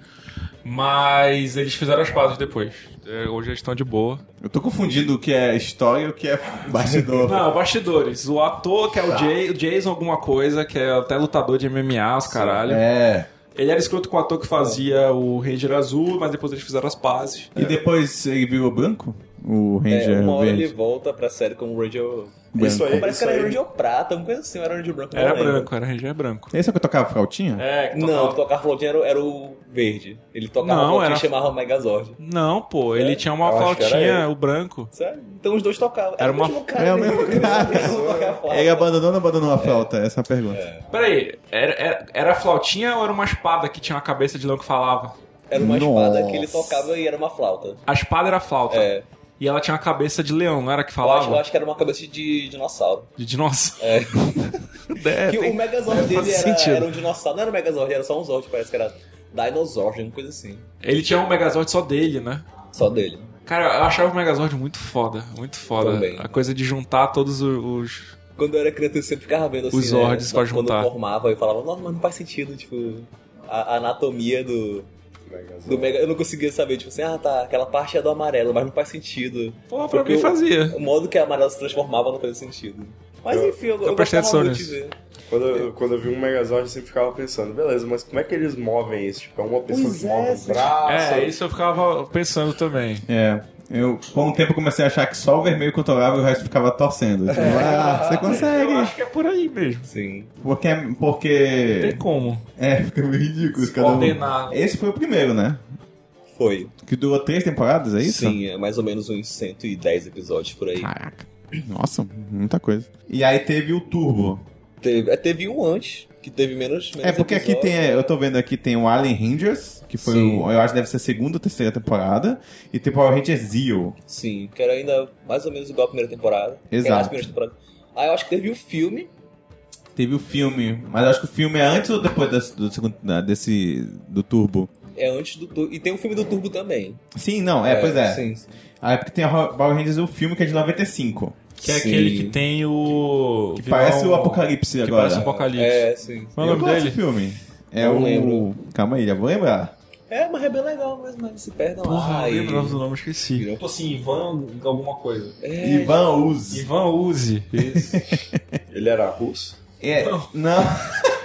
[SPEAKER 4] Mas eles fizeram as pazes depois. É, hoje eles estão de boa.
[SPEAKER 3] Eu tô confundindo o que é história e o que é bastidor.
[SPEAKER 4] Não, bastidores. O ator,
[SPEAKER 5] Tá.
[SPEAKER 4] que é o, Jay- o Jason alguma coisa, que é até lutador de MMA, os caralho.
[SPEAKER 3] É.
[SPEAKER 4] Ele era escroto com o ator que fazia o Ranger Azul, mas depois eles fizeram as pazes.
[SPEAKER 3] E depois ele virou branco? O
[SPEAKER 5] é,
[SPEAKER 3] Ranger
[SPEAKER 5] uma hora
[SPEAKER 3] verde.
[SPEAKER 5] ele volta pra série como Ranger.
[SPEAKER 3] Branco.
[SPEAKER 6] Isso aí.
[SPEAKER 5] Parece que
[SPEAKER 6] aí.
[SPEAKER 5] era Ranger Prata, uma coisa assim, era Ranger Branco. não
[SPEAKER 4] Era
[SPEAKER 5] lembro.
[SPEAKER 4] branco, era Ranger branco.
[SPEAKER 3] Esse é o que tocava flautinha?
[SPEAKER 4] É,
[SPEAKER 5] Não, tocar flautinha era, era o verde. Ele tocava
[SPEAKER 4] Não,
[SPEAKER 5] flautinha
[SPEAKER 4] era-
[SPEAKER 5] e chamava Megazord.
[SPEAKER 4] Não, pô,
[SPEAKER 5] É.
[SPEAKER 4] ele tinha uma
[SPEAKER 6] Eu acho que era ele.
[SPEAKER 4] flautinha, o branco.
[SPEAKER 5] Sério? Então os dois tocavam.
[SPEAKER 4] Era uma-
[SPEAKER 5] o mesmo cara.
[SPEAKER 3] É o mesmo
[SPEAKER 5] né?
[SPEAKER 3] cara.
[SPEAKER 5] Eles não tocavam flauta.
[SPEAKER 3] Ele abandonou ou não abandonou a flauta? Essa é a pergunta.
[SPEAKER 4] Peraí, era, era, era flautinha ou era uma espada que tinha uma cabeça de leão que falava?
[SPEAKER 5] Era uma espada que ele
[SPEAKER 3] Nossa.
[SPEAKER 5] tocava e era uma flauta.
[SPEAKER 4] A espada era a flauta.
[SPEAKER 5] É.
[SPEAKER 4] E ela tinha uma cabeça de leão, não era que
[SPEAKER 5] Eu acho, eu
[SPEAKER 4] falava?
[SPEAKER 5] acho que era uma cabeça de dinossauro.
[SPEAKER 4] De dinossauro.
[SPEAKER 5] É.
[SPEAKER 4] É,
[SPEAKER 5] que o
[SPEAKER 4] tem-
[SPEAKER 5] Megazord dele
[SPEAKER 4] faz
[SPEAKER 5] era,
[SPEAKER 4] sentido.
[SPEAKER 5] era um dinossauro. Não era um Megazord, era só um Zord, parece que era Dinosaur, uma coisa assim.
[SPEAKER 4] Ele tinha um Megazord só dele, né?
[SPEAKER 5] Só dele.
[SPEAKER 4] Cara, eu achava o Megazord muito foda, muito foda.
[SPEAKER 5] Também.
[SPEAKER 4] A coisa de juntar todos os.
[SPEAKER 5] Quando eu era criança, eu sempre ficava vendo assim.
[SPEAKER 4] Os Zords
[SPEAKER 5] né?
[SPEAKER 4] pra
[SPEAKER 5] Quando
[SPEAKER 4] juntar.
[SPEAKER 5] eu formava, eu falava, nossa, mas não faz sentido, tipo, a, a anatomia do,
[SPEAKER 6] É,
[SPEAKER 5] do Mega. Eu não conseguia saber, tipo assim, ah tá, aquela parte é do amarelo, mas não faz sentido.
[SPEAKER 4] Pô, pra
[SPEAKER 5] Porque
[SPEAKER 4] mim
[SPEAKER 5] o-
[SPEAKER 4] fazia.
[SPEAKER 5] O modo que a amarela se transformava não fazia sentido. Mas
[SPEAKER 6] Eu-
[SPEAKER 5] enfim, eu, eu,
[SPEAKER 4] eu prestei
[SPEAKER 5] gostava muito de
[SPEAKER 4] atenção
[SPEAKER 5] ver.
[SPEAKER 6] Quando eu, quando eu vi um Megazord, eu sempre ficava pensando, beleza, mas como é que eles movem isso? Tipo, é uma pessoa
[SPEAKER 5] Pois
[SPEAKER 6] que
[SPEAKER 5] é,
[SPEAKER 6] move o
[SPEAKER 5] gente.
[SPEAKER 3] Ah,
[SPEAKER 6] braço.
[SPEAKER 4] É, isso eu ficava pensando também.
[SPEAKER 3] É. Eu, por um tempo, comecei a achar que só o vermelho controlava e o resto ficava torcendo. Tipo, ah, você consegue!
[SPEAKER 4] Eu acho que é por aí mesmo.
[SPEAKER 5] Sim.
[SPEAKER 3] Porque. é,
[SPEAKER 4] Não
[SPEAKER 3] porque...
[SPEAKER 4] tem como.
[SPEAKER 3] É, fica meio ridículo. Cada um.
[SPEAKER 4] Ordenar.
[SPEAKER 3] Esse foi o primeiro, né?
[SPEAKER 5] Foi.
[SPEAKER 3] Que durou três temporadas, é isso? Ah.
[SPEAKER 5] Sim, é mais ou menos uns 110 episódios por aí.
[SPEAKER 3] Caraca. Nossa, muita coisa. E aí teve o Turbo.
[SPEAKER 5] Teve, é, teve um antes, que teve menos. menos
[SPEAKER 3] É, porque aqui
[SPEAKER 5] episódios.
[SPEAKER 3] tem. é, Eu tô vendo aqui tem o Alien Rangers, que foi
[SPEAKER 5] Sim.
[SPEAKER 3] o. Eu acho que deve ser a segunda ou terceira temporada. E tem Power Rangers Zeo.
[SPEAKER 5] Sim, que era ainda mais ou menos igual a primeira temporada.
[SPEAKER 3] Exato.
[SPEAKER 5] As primeiras temporadas. Aí eu acho que teve o filme.
[SPEAKER 3] Teve o filme. Mas eu acho que o filme é antes ou depois desse, do, segundo- da- desse, do Turbo?
[SPEAKER 5] É antes do Turbo. E tem o filme do Turbo também.
[SPEAKER 3] Sim, não, é, pois é.
[SPEAKER 5] Sim, sim.
[SPEAKER 3] Ah, é porque tem a Ro- Power Rangers o filme que é de 95.
[SPEAKER 4] Que é
[SPEAKER 5] Sim.
[SPEAKER 4] aquele que tem o. é
[SPEAKER 3] Que parece o Apocalipse
[SPEAKER 4] Que
[SPEAKER 3] agora.
[SPEAKER 4] parece o Apocalipse.
[SPEAKER 5] É, sim.
[SPEAKER 4] Qual é o
[SPEAKER 3] eu
[SPEAKER 4] nome
[SPEAKER 3] gosto
[SPEAKER 4] dele?
[SPEAKER 3] desse filme. É
[SPEAKER 5] Não
[SPEAKER 3] o.
[SPEAKER 5] lembro.
[SPEAKER 3] Calma aí, já vou lembrar.
[SPEAKER 5] É, mas é bem legal mesmo, mas se perdem
[SPEAKER 4] Porra,
[SPEAKER 5] lá.
[SPEAKER 4] eu
[SPEAKER 5] e-
[SPEAKER 4] lembro do nome, esqueci.
[SPEAKER 5] Virou-
[SPEAKER 4] Tipo assim, Ivan alguma coisa.
[SPEAKER 5] É,
[SPEAKER 3] Ivan Uzi.
[SPEAKER 4] Ivan Uzi. Isso.
[SPEAKER 6] Ele era russo?
[SPEAKER 3] É,
[SPEAKER 4] Não.
[SPEAKER 3] não.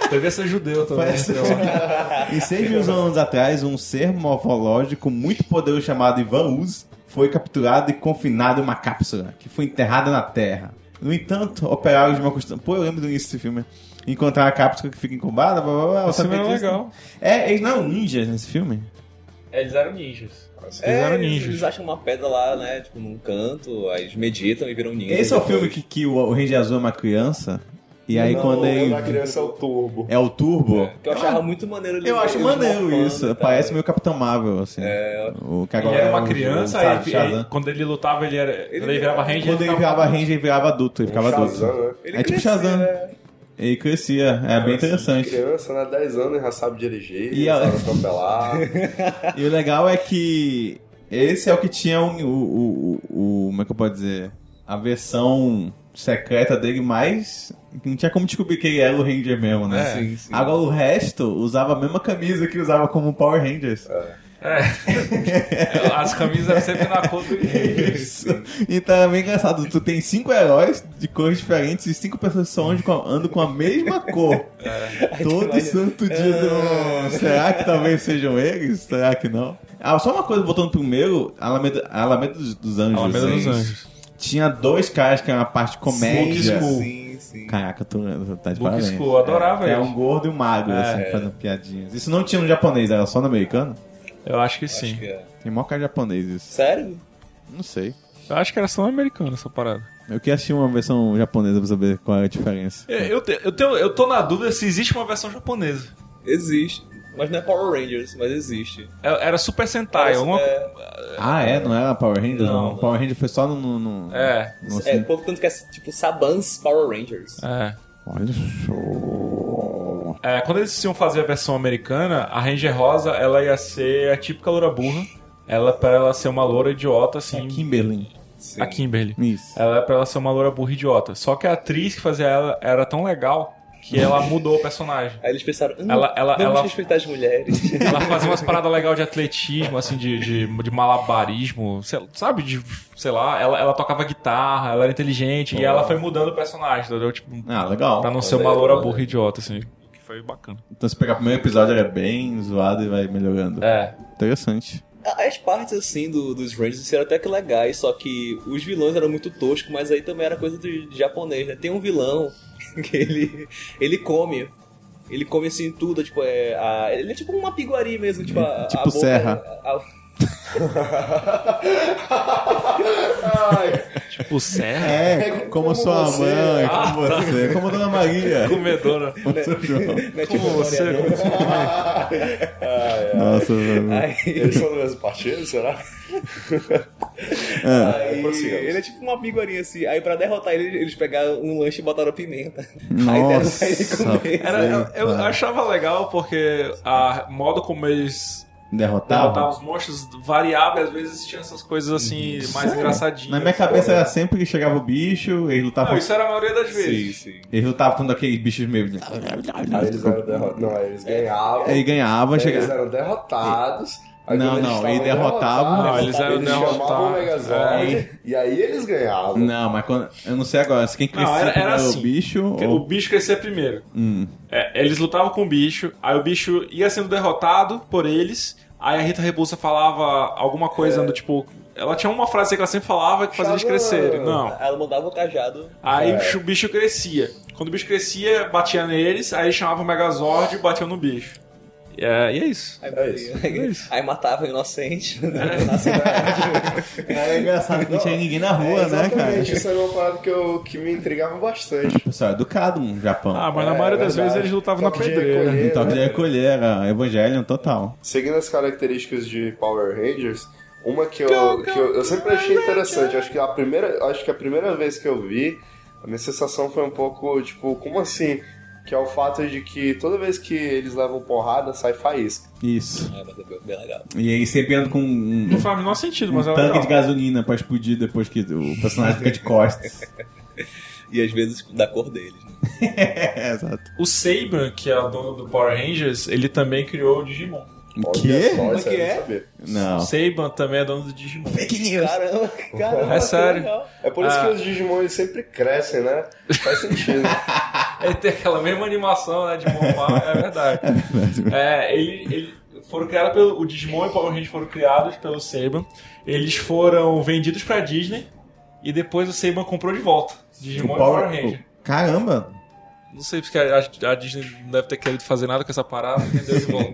[SPEAKER 4] Devia ser judeu também.
[SPEAKER 3] Parece-
[SPEAKER 4] sei lá.
[SPEAKER 3] E seis mil anos atrás, um ser morfológico muito poderoso chamado Ivan Uz foi capturado e confinado em uma cápsula, que foi enterrada na Terra. No entanto, operários de uma construção... Pô, eu lembro do início desse filme. Encontrar a cápsula que fica incubada, blá, blá, blá, eu
[SPEAKER 4] Esse filme
[SPEAKER 3] sabia
[SPEAKER 4] era
[SPEAKER 3] disso.
[SPEAKER 4] legal.
[SPEAKER 3] É, eles não eram ninjas nesse filme?
[SPEAKER 4] Eles eram ninjas.
[SPEAKER 5] é,
[SPEAKER 4] Eles eram
[SPEAKER 5] eles-
[SPEAKER 4] ninjas.
[SPEAKER 5] Eles acham uma pedra lá, né? Tipo, num canto, aí eles meditam e viram ninjas.
[SPEAKER 3] Esse é o filme que, que o, o Ranger Azul é uma criança, e aí
[SPEAKER 6] não,
[SPEAKER 3] quando
[SPEAKER 6] ele
[SPEAKER 3] ele...
[SPEAKER 6] era criança é o turbo.
[SPEAKER 3] É o Turbo...
[SPEAKER 5] Que eu achava muito maneiro ele
[SPEAKER 3] Eu acho
[SPEAKER 5] eles
[SPEAKER 3] maneiro
[SPEAKER 5] mofando e
[SPEAKER 3] isso,
[SPEAKER 5] tal.
[SPEAKER 3] parece meio Capitão Marvel, assim.
[SPEAKER 5] É,
[SPEAKER 3] O que
[SPEAKER 4] Ele
[SPEAKER 3] agora
[SPEAKER 4] era
[SPEAKER 3] é
[SPEAKER 4] uma
[SPEAKER 3] um-
[SPEAKER 4] criança,
[SPEAKER 3] sabe,
[SPEAKER 4] ele-
[SPEAKER 3] Shazam.
[SPEAKER 4] ele- quando ele lutava, ele, era, quando ele virava Ranger.
[SPEAKER 3] Quando ele
[SPEAKER 4] ficava-
[SPEAKER 3] virava Ranger, ele virava adulto, ele ficava adulto.
[SPEAKER 6] Shazam, né?
[SPEAKER 5] ele
[SPEAKER 3] é tipo Shazam.
[SPEAKER 5] né?
[SPEAKER 3] Ele crescia, é bem interessante.
[SPEAKER 6] Criança, né? 10 anos, já sabe dirigir,
[SPEAKER 3] E ela-
[SPEAKER 6] sabe atropelar.
[SPEAKER 3] E o legal é que esse é o que tinha um- o, o, o, o- Como é que eu posso dizer? A versão secreta dele, mas não tinha como descobrir que ele era o Ranger mesmo, né?
[SPEAKER 5] Sim, sim.
[SPEAKER 3] Agora o resto usava a mesma camisa que usava como Power Rangers.
[SPEAKER 7] É. As camisas eram sempre na cor do
[SPEAKER 3] Isso. Então é bem engraçado. Tu tem cinco heróis de cores diferentes e cinco pessoas só andam com a, andam com a mesma cor. Todo santo dia. do- Será que talvez sejam eles? Será que não? Ah, só uma coisa, voltando pro primeiro, Alameda, Alameda dos, dos Anjos.
[SPEAKER 4] Alameda dos
[SPEAKER 3] hein?
[SPEAKER 4] Anjos.
[SPEAKER 3] Tinha dois caras que eram a parte comédia.
[SPEAKER 5] Sim, sim.
[SPEAKER 3] Caraca, tu tá de
[SPEAKER 7] Book
[SPEAKER 3] parabéns.
[SPEAKER 7] School, adorava
[SPEAKER 3] é, é
[SPEAKER 7] ele.
[SPEAKER 3] um gordo e um magro, assim, fazendo piadinhas. Isso não tinha no japonês, era só no americano?
[SPEAKER 4] Eu acho que sim.
[SPEAKER 5] Acho que é.
[SPEAKER 3] Tem mó cara japonês isso.
[SPEAKER 5] Sério?
[SPEAKER 3] Não sei.
[SPEAKER 4] Eu acho que era só americano essa parada.
[SPEAKER 3] Eu queria assistir uma versão japonesa pra saber qual é a diferença.
[SPEAKER 7] É, Eu, te- eu, tenho, eu tô na dúvida se existe uma versão japonesa.
[SPEAKER 5] Existe. Mas não é Power Rangers, mas existe.
[SPEAKER 7] É- Era Super Sentai.
[SPEAKER 5] Parece-
[SPEAKER 7] alguma-
[SPEAKER 5] é,
[SPEAKER 3] Ah, é? Não era Power Ranger?
[SPEAKER 5] Não,
[SPEAKER 3] Não.
[SPEAKER 5] não.
[SPEAKER 3] Power Ranger foi só no. no, no-
[SPEAKER 7] É.
[SPEAKER 3] no
[SPEAKER 5] É,
[SPEAKER 3] cin-
[SPEAKER 5] pouco tanto que é tipo Sabans Power Rangers.
[SPEAKER 3] Ah.
[SPEAKER 4] É.
[SPEAKER 3] Olha só.
[SPEAKER 7] assim. É, quando eles iam fazer a versão americana, a Ranger Rosa, ela ia ser a típica loura burra. Ela, pra ela ser uma loura idiota, assim...
[SPEAKER 3] É Kimberly.
[SPEAKER 5] Sim.
[SPEAKER 4] a Kimberly.
[SPEAKER 3] Isso.
[SPEAKER 4] Ela é pra ela ser uma loura burra idiota. Só que a atriz que fazia ela era tão legal que ela mudou o personagem.
[SPEAKER 5] Aí eles pensaram, hum,
[SPEAKER 4] Ela- ela-
[SPEAKER 5] vamos
[SPEAKER 4] ela-
[SPEAKER 5] respeitar as mulheres.
[SPEAKER 4] Ela fazia umas paradas legais de atletismo, assim, de, de, de malabarismo, sei- sabe? De, sei lá, ela, ela tocava guitarra, ela era inteligente, e ela foi mudando o personagem, entendeu? Tipo,
[SPEAKER 3] Ah, legal.
[SPEAKER 4] pra não ser uma loura burra idiota, assim. Que foi bacana.
[SPEAKER 3] Então se pegar o primeiro episódio, ele é bem zoado e vai melhorando.
[SPEAKER 4] É.
[SPEAKER 3] Interessante.
[SPEAKER 5] As partes, assim, do- dos Rangers eram até que legais, só que os vilões eram muito toscos, mas aí também era coisa de, de japonês, né? Tem um vilão que ele, ele come. Ele come, assim, tudo, tipo, é... a- ele é tipo uma piguari mesmo, tipo... A, a
[SPEAKER 3] Tipo
[SPEAKER 5] boca-
[SPEAKER 3] serra.
[SPEAKER 5] a- a-
[SPEAKER 4] Tipo, sério?
[SPEAKER 3] É, como, sua
[SPEAKER 6] você.
[SPEAKER 3] mãe, como você, É como Dona Maria.
[SPEAKER 4] Comedora.
[SPEAKER 3] Como seu João.
[SPEAKER 5] né, tipo, né?
[SPEAKER 4] Como você?
[SPEAKER 3] Nossa, mano.
[SPEAKER 5] Aí,
[SPEAKER 6] Eles são do mesmo partido, será?
[SPEAKER 3] Ah,
[SPEAKER 5] Aí,
[SPEAKER 6] prossigamos.
[SPEAKER 5] ele é tipo uma pinguarinha assim. Aí pra derrotar ele, eles pegaram um lanche e botaram pimenta.
[SPEAKER 3] Nossa.
[SPEAKER 5] Aí deram pra ele comer.
[SPEAKER 4] Era- eu, eu
[SPEAKER 3] Eita.
[SPEAKER 4] achava legal porque a modo como eles derrotavam
[SPEAKER 3] Derrotava?
[SPEAKER 4] os monstros variava e às vezes tinha essas coisas assim mais engraçadinhas.
[SPEAKER 3] Na é minha cabeça era sempre que chegava o bicho, ele
[SPEAKER 4] Não,
[SPEAKER 3] lutava,
[SPEAKER 4] isso era a maioria das vezes.
[SPEAKER 5] Sim, sim.
[SPEAKER 3] ele lutava contra aqueles bichos meio.
[SPEAKER 6] Aí eles eram derrotados. Não, aí eles ganhavam.
[SPEAKER 3] Ele ganhava,
[SPEAKER 6] Aí eles
[SPEAKER 3] chegava.
[SPEAKER 6] eram derrotados. Aí
[SPEAKER 3] É, Não,
[SPEAKER 6] quando eles
[SPEAKER 3] não,
[SPEAKER 6] estavam
[SPEAKER 3] ele derrotava.
[SPEAKER 6] derrotados,
[SPEAKER 4] Não, eles eram
[SPEAKER 6] chamavam o
[SPEAKER 4] derrotados.
[SPEAKER 3] É.
[SPEAKER 6] Megazord. E aí eles ganhavam.
[SPEAKER 3] Não, mas quando. Eu não sei agora, se quem
[SPEAKER 4] Não,
[SPEAKER 3] crescia
[SPEAKER 4] era-
[SPEAKER 3] primeiro
[SPEAKER 4] era
[SPEAKER 3] era
[SPEAKER 4] assim.
[SPEAKER 3] o bicho.
[SPEAKER 4] Porque
[SPEAKER 3] Ou...
[SPEAKER 4] O bicho crescia primeiro.
[SPEAKER 3] Oh. Hum.
[SPEAKER 4] É, eles lutavam com o bicho, aí o bicho ia sendo derrotado por eles. Aí a Rita Rebouça falava alguma coisa do tipo. Ela tinha uma frase que ela sempre falava que fazia eles
[SPEAKER 6] Xadão.
[SPEAKER 4] crescerem. Não.
[SPEAKER 5] Ela mandava o cajado.
[SPEAKER 4] Aí o bicho crescia. Quando o bicho crescia, batia neles, aí chamava o Megazord e batia no bicho. E é, e é isso.
[SPEAKER 5] Aí,
[SPEAKER 6] É isso,
[SPEAKER 5] aí,
[SPEAKER 4] isso.
[SPEAKER 5] aí matava o inocente.
[SPEAKER 3] Era É engraçado que não tinha ninguém na
[SPEAKER 6] É,
[SPEAKER 3] rua, né, cara?
[SPEAKER 6] Exatamente, isso era uma parada que, eu, que me intrigava bastante.
[SPEAKER 3] O pessoal é educado no Japão.
[SPEAKER 4] Ah, mas na
[SPEAKER 6] É,
[SPEAKER 4] maioria das
[SPEAKER 6] verdade.
[SPEAKER 4] vezes eles lutavam na
[SPEAKER 6] Toque de
[SPEAKER 4] pedreira.
[SPEAKER 6] recolher.
[SPEAKER 3] Então toque de recolher, era Evangelion total.
[SPEAKER 6] Seguindo as características de Power Rangers, uma que eu, que eu, eu sempre achei interessante, acho que a primeira, acho que a primeira vez que eu vi, a minha sensação foi um pouco tipo, como assim? Que é o fato de que toda vez que eles levam porrada, sai faísca.
[SPEAKER 3] Isso.
[SPEAKER 5] Ah, mas é bem- bem legal.
[SPEAKER 3] E aí sempre anda com um,
[SPEAKER 4] Não faz o menor sentido,
[SPEAKER 3] um
[SPEAKER 4] mas era
[SPEAKER 3] tanque de
[SPEAKER 4] legal.
[SPEAKER 3] gasolina pra explodir depois que o personagem fica de costas.
[SPEAKER 5] E às vezes da cor deles. né?
[SPEAKER 3] é, exato.
[SPEAKER 4] O Saban, que é o dono do Power Rangers, ele também criou o Digimon.
[SPEAKER 3] O
[SPEAKER 6] Olha
[SPEAKER 3] quê?
[SPEAKER 6] Só,
[SPEAKER 5] Como
[SPEAKER 6] isso
[SPEAKER 5] que
[SPEAKER 6] eu não
[SPEAKER 5] é?
[SPEAKER 6] sabia.
[SPEAKER 4] O
[SPEAKER 3] Não.
[SPEAKER 4] Saban também é dono do Digimon.
[SPEAKER 3] Fake news.
[SPEAKER 5] Caramba, caramba.
[SPEAKER 4] É
[SPEAKER 5] que
[SPEAKER 4] sério.
[SPEAKER 5] legal.
[SPEAKER 6] É por isso
[SPEAKER 4] Ah.
[SPEAKER 6] que os Digimon eles sempre crescem, né? Faz sentido.
[SPEAKER 4] Ele tem aquela mesma animação, né, de Momar, é verdade. É, ele, ele foram criados pelo o Digimon e o Power Rangers foram criados pelo Saban. Eles foram vendidos pra Disney e depois o Saban comprou de volta. Digimon
[SPEAKER 3] O
[SPEAKER 4] e Power
[SPEAKER 3] Power...
[SPEAKER 4] Ranger.
[SPEAKER 3] o- Caramba.
[SPEAKER 4] Não sei porque a, a- a Disney não deve ter querido fazer nada com essa parada, vendeu de volta.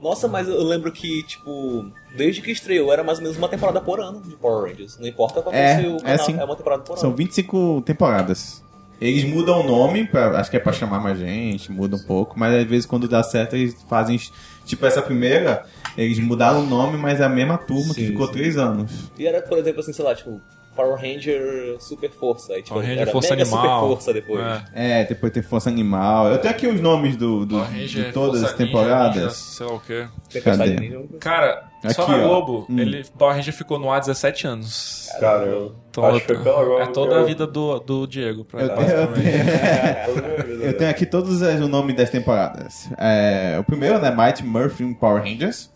[SPEAKER 5] Nossa, mas eu lembro que, tipo, desde que estreou, era mais ou menos uma temporada por ano de Power Rangers. Não importa qual
[SPEAKER 3] É,
[SPEAKER 5] fosse o
[SPEAKER 3] é
[SPEAKER 5] canal,
[SPEAKER 3] sim.
[SPEAKER 5] uma temporada por
[SPEAKER 3] São
[SPEAKER 5] ano.
[SPEAKER 3] 25 temporadas. Eles mudam o nome, pra- acho que é pra chamar mais gente, muda um pouco, mas às vezes quando dá certo eles fazem. Tipo, essa primeira, eles mudaram o nome, mas é a mesma turma que
[SPEAKER 5] Sim,
[SPEAKER 3] ficou
[SPEAKER 5] sim.
[SPEAKER 3] três anos.
[SPEAKER 5] E era, por exemplo, assim, sei lá, tipo, Power Ranger Super Força. Aí, tipo,
[SPEAKER 4] Power Ranger
[SPEAKER 5] era
[SPEAKER 4] Força
[SPEAKER 5] Mega
[SPEAKER 4] Animal.
[SPEAKER 5] Super Força depois.
[SPEAKER 4] É.
[SPEAKER 3] É, depois tem Força Animal. Eu tenho aqui os nomes do, do-
[SPEAKER 4] Power Ranger,
[SPEAKER 3] de todas
[SPEAKER 4] Força
[SPEAKER 3] as
[SPEAKER 4] Ninja, Ninja,
[SPEAKER 3] temporadas.
[SPEAKER 4] sei lá o quê.
[SPEAKER 5] Tempestade
[SPEAKER 3] Cadê?
[SPEAKER 5] Ninja.
[SPEAKER 4] Cara, só
[SPEAKER 3] Aqui,
[SPEAKER 4] na
[SPEAKER 3] ó.
[SPEAKER 4] Globo,
[SPEAKER 3] Hum.
[SPEAKER 4] ele, Power Ranger ficou no ar 17 anos.
[SPEAKER 6] Cara, eu
[SPEAKER 4] Então,
[SPEAKER 6] acho que foi pela Globo
[SPEAKER 4] é toda
[SPEAKER 6] que
[SPEAKER 4] a
[SPEAKER 6] eu- É,
[SPEAKER 4] vida do, do Diego. Pra,
[SPEAKER 3] Eu tenho- eu
[SPEAKER 4] basicamente.
[SPEAKER 6] toda a minha vida,
[SPEAKER 3] Eu tenho aqui todos eh, os- o nome das temporadas. É, o primeiro, né? Mighty Murphy em Power Rangers.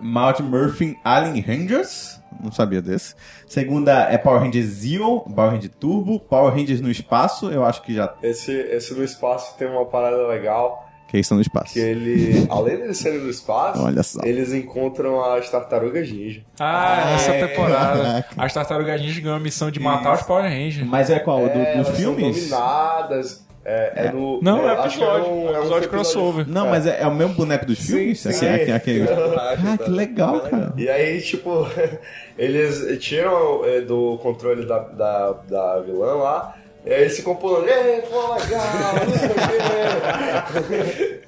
[SPEAKER 3] Mount Murphy Alien Rangers. Não sabia desse. Segunda é Power Rangers Zeon, Power Rangers Turbo, Power Rangers no Espaço. Eu acho que já.
[SPEAKER 6] Esse, esse do espaço tem uma parada legal,
[SPEAKER 3] Que eles estão no espaço.
[SPEAKER 6] que ele, além deles serem do espaço,
[SPEAKER 3] Olha só.
[SPEAKER 6] eles encontram as tartarugas ninja.
[SPEAKER 4] Ah, essa
[SPEAKER 6] é.
[SPEAKER 4] temporada.
[SPEAKER 3] Caraca.
[SPEAKER 4] As Tartarugas Ninja ganhou a missão de matar os Power Rangers.
[SPEAKER 3] Mas é qual? Do-
[SPEAKER 6] É,
[SPEAKER 3] dos
[SPEAKER 6] elas são
[SPEAKER 3] filmes?
[SPEAKER 6] dominadas. É, é no.
[SPEAKER 4] Não, é
[SPEAKER 6] acho que
[SPEAKER 4] episódio.
[SPEAKER 6] um- um
[SPEAKER 4] É episódio crossover.
[SPEAKER 3] Não, mas é, é o mesmo boneco dos filmes? Assim, é, é, aquele- Ah, que legal, cara.
[SPEAKER 6] E aí, tipo, eles tiram é, do controle da, da, da vilã lá. E aí eles se compulando, ei, pô, legal, não sei o quê.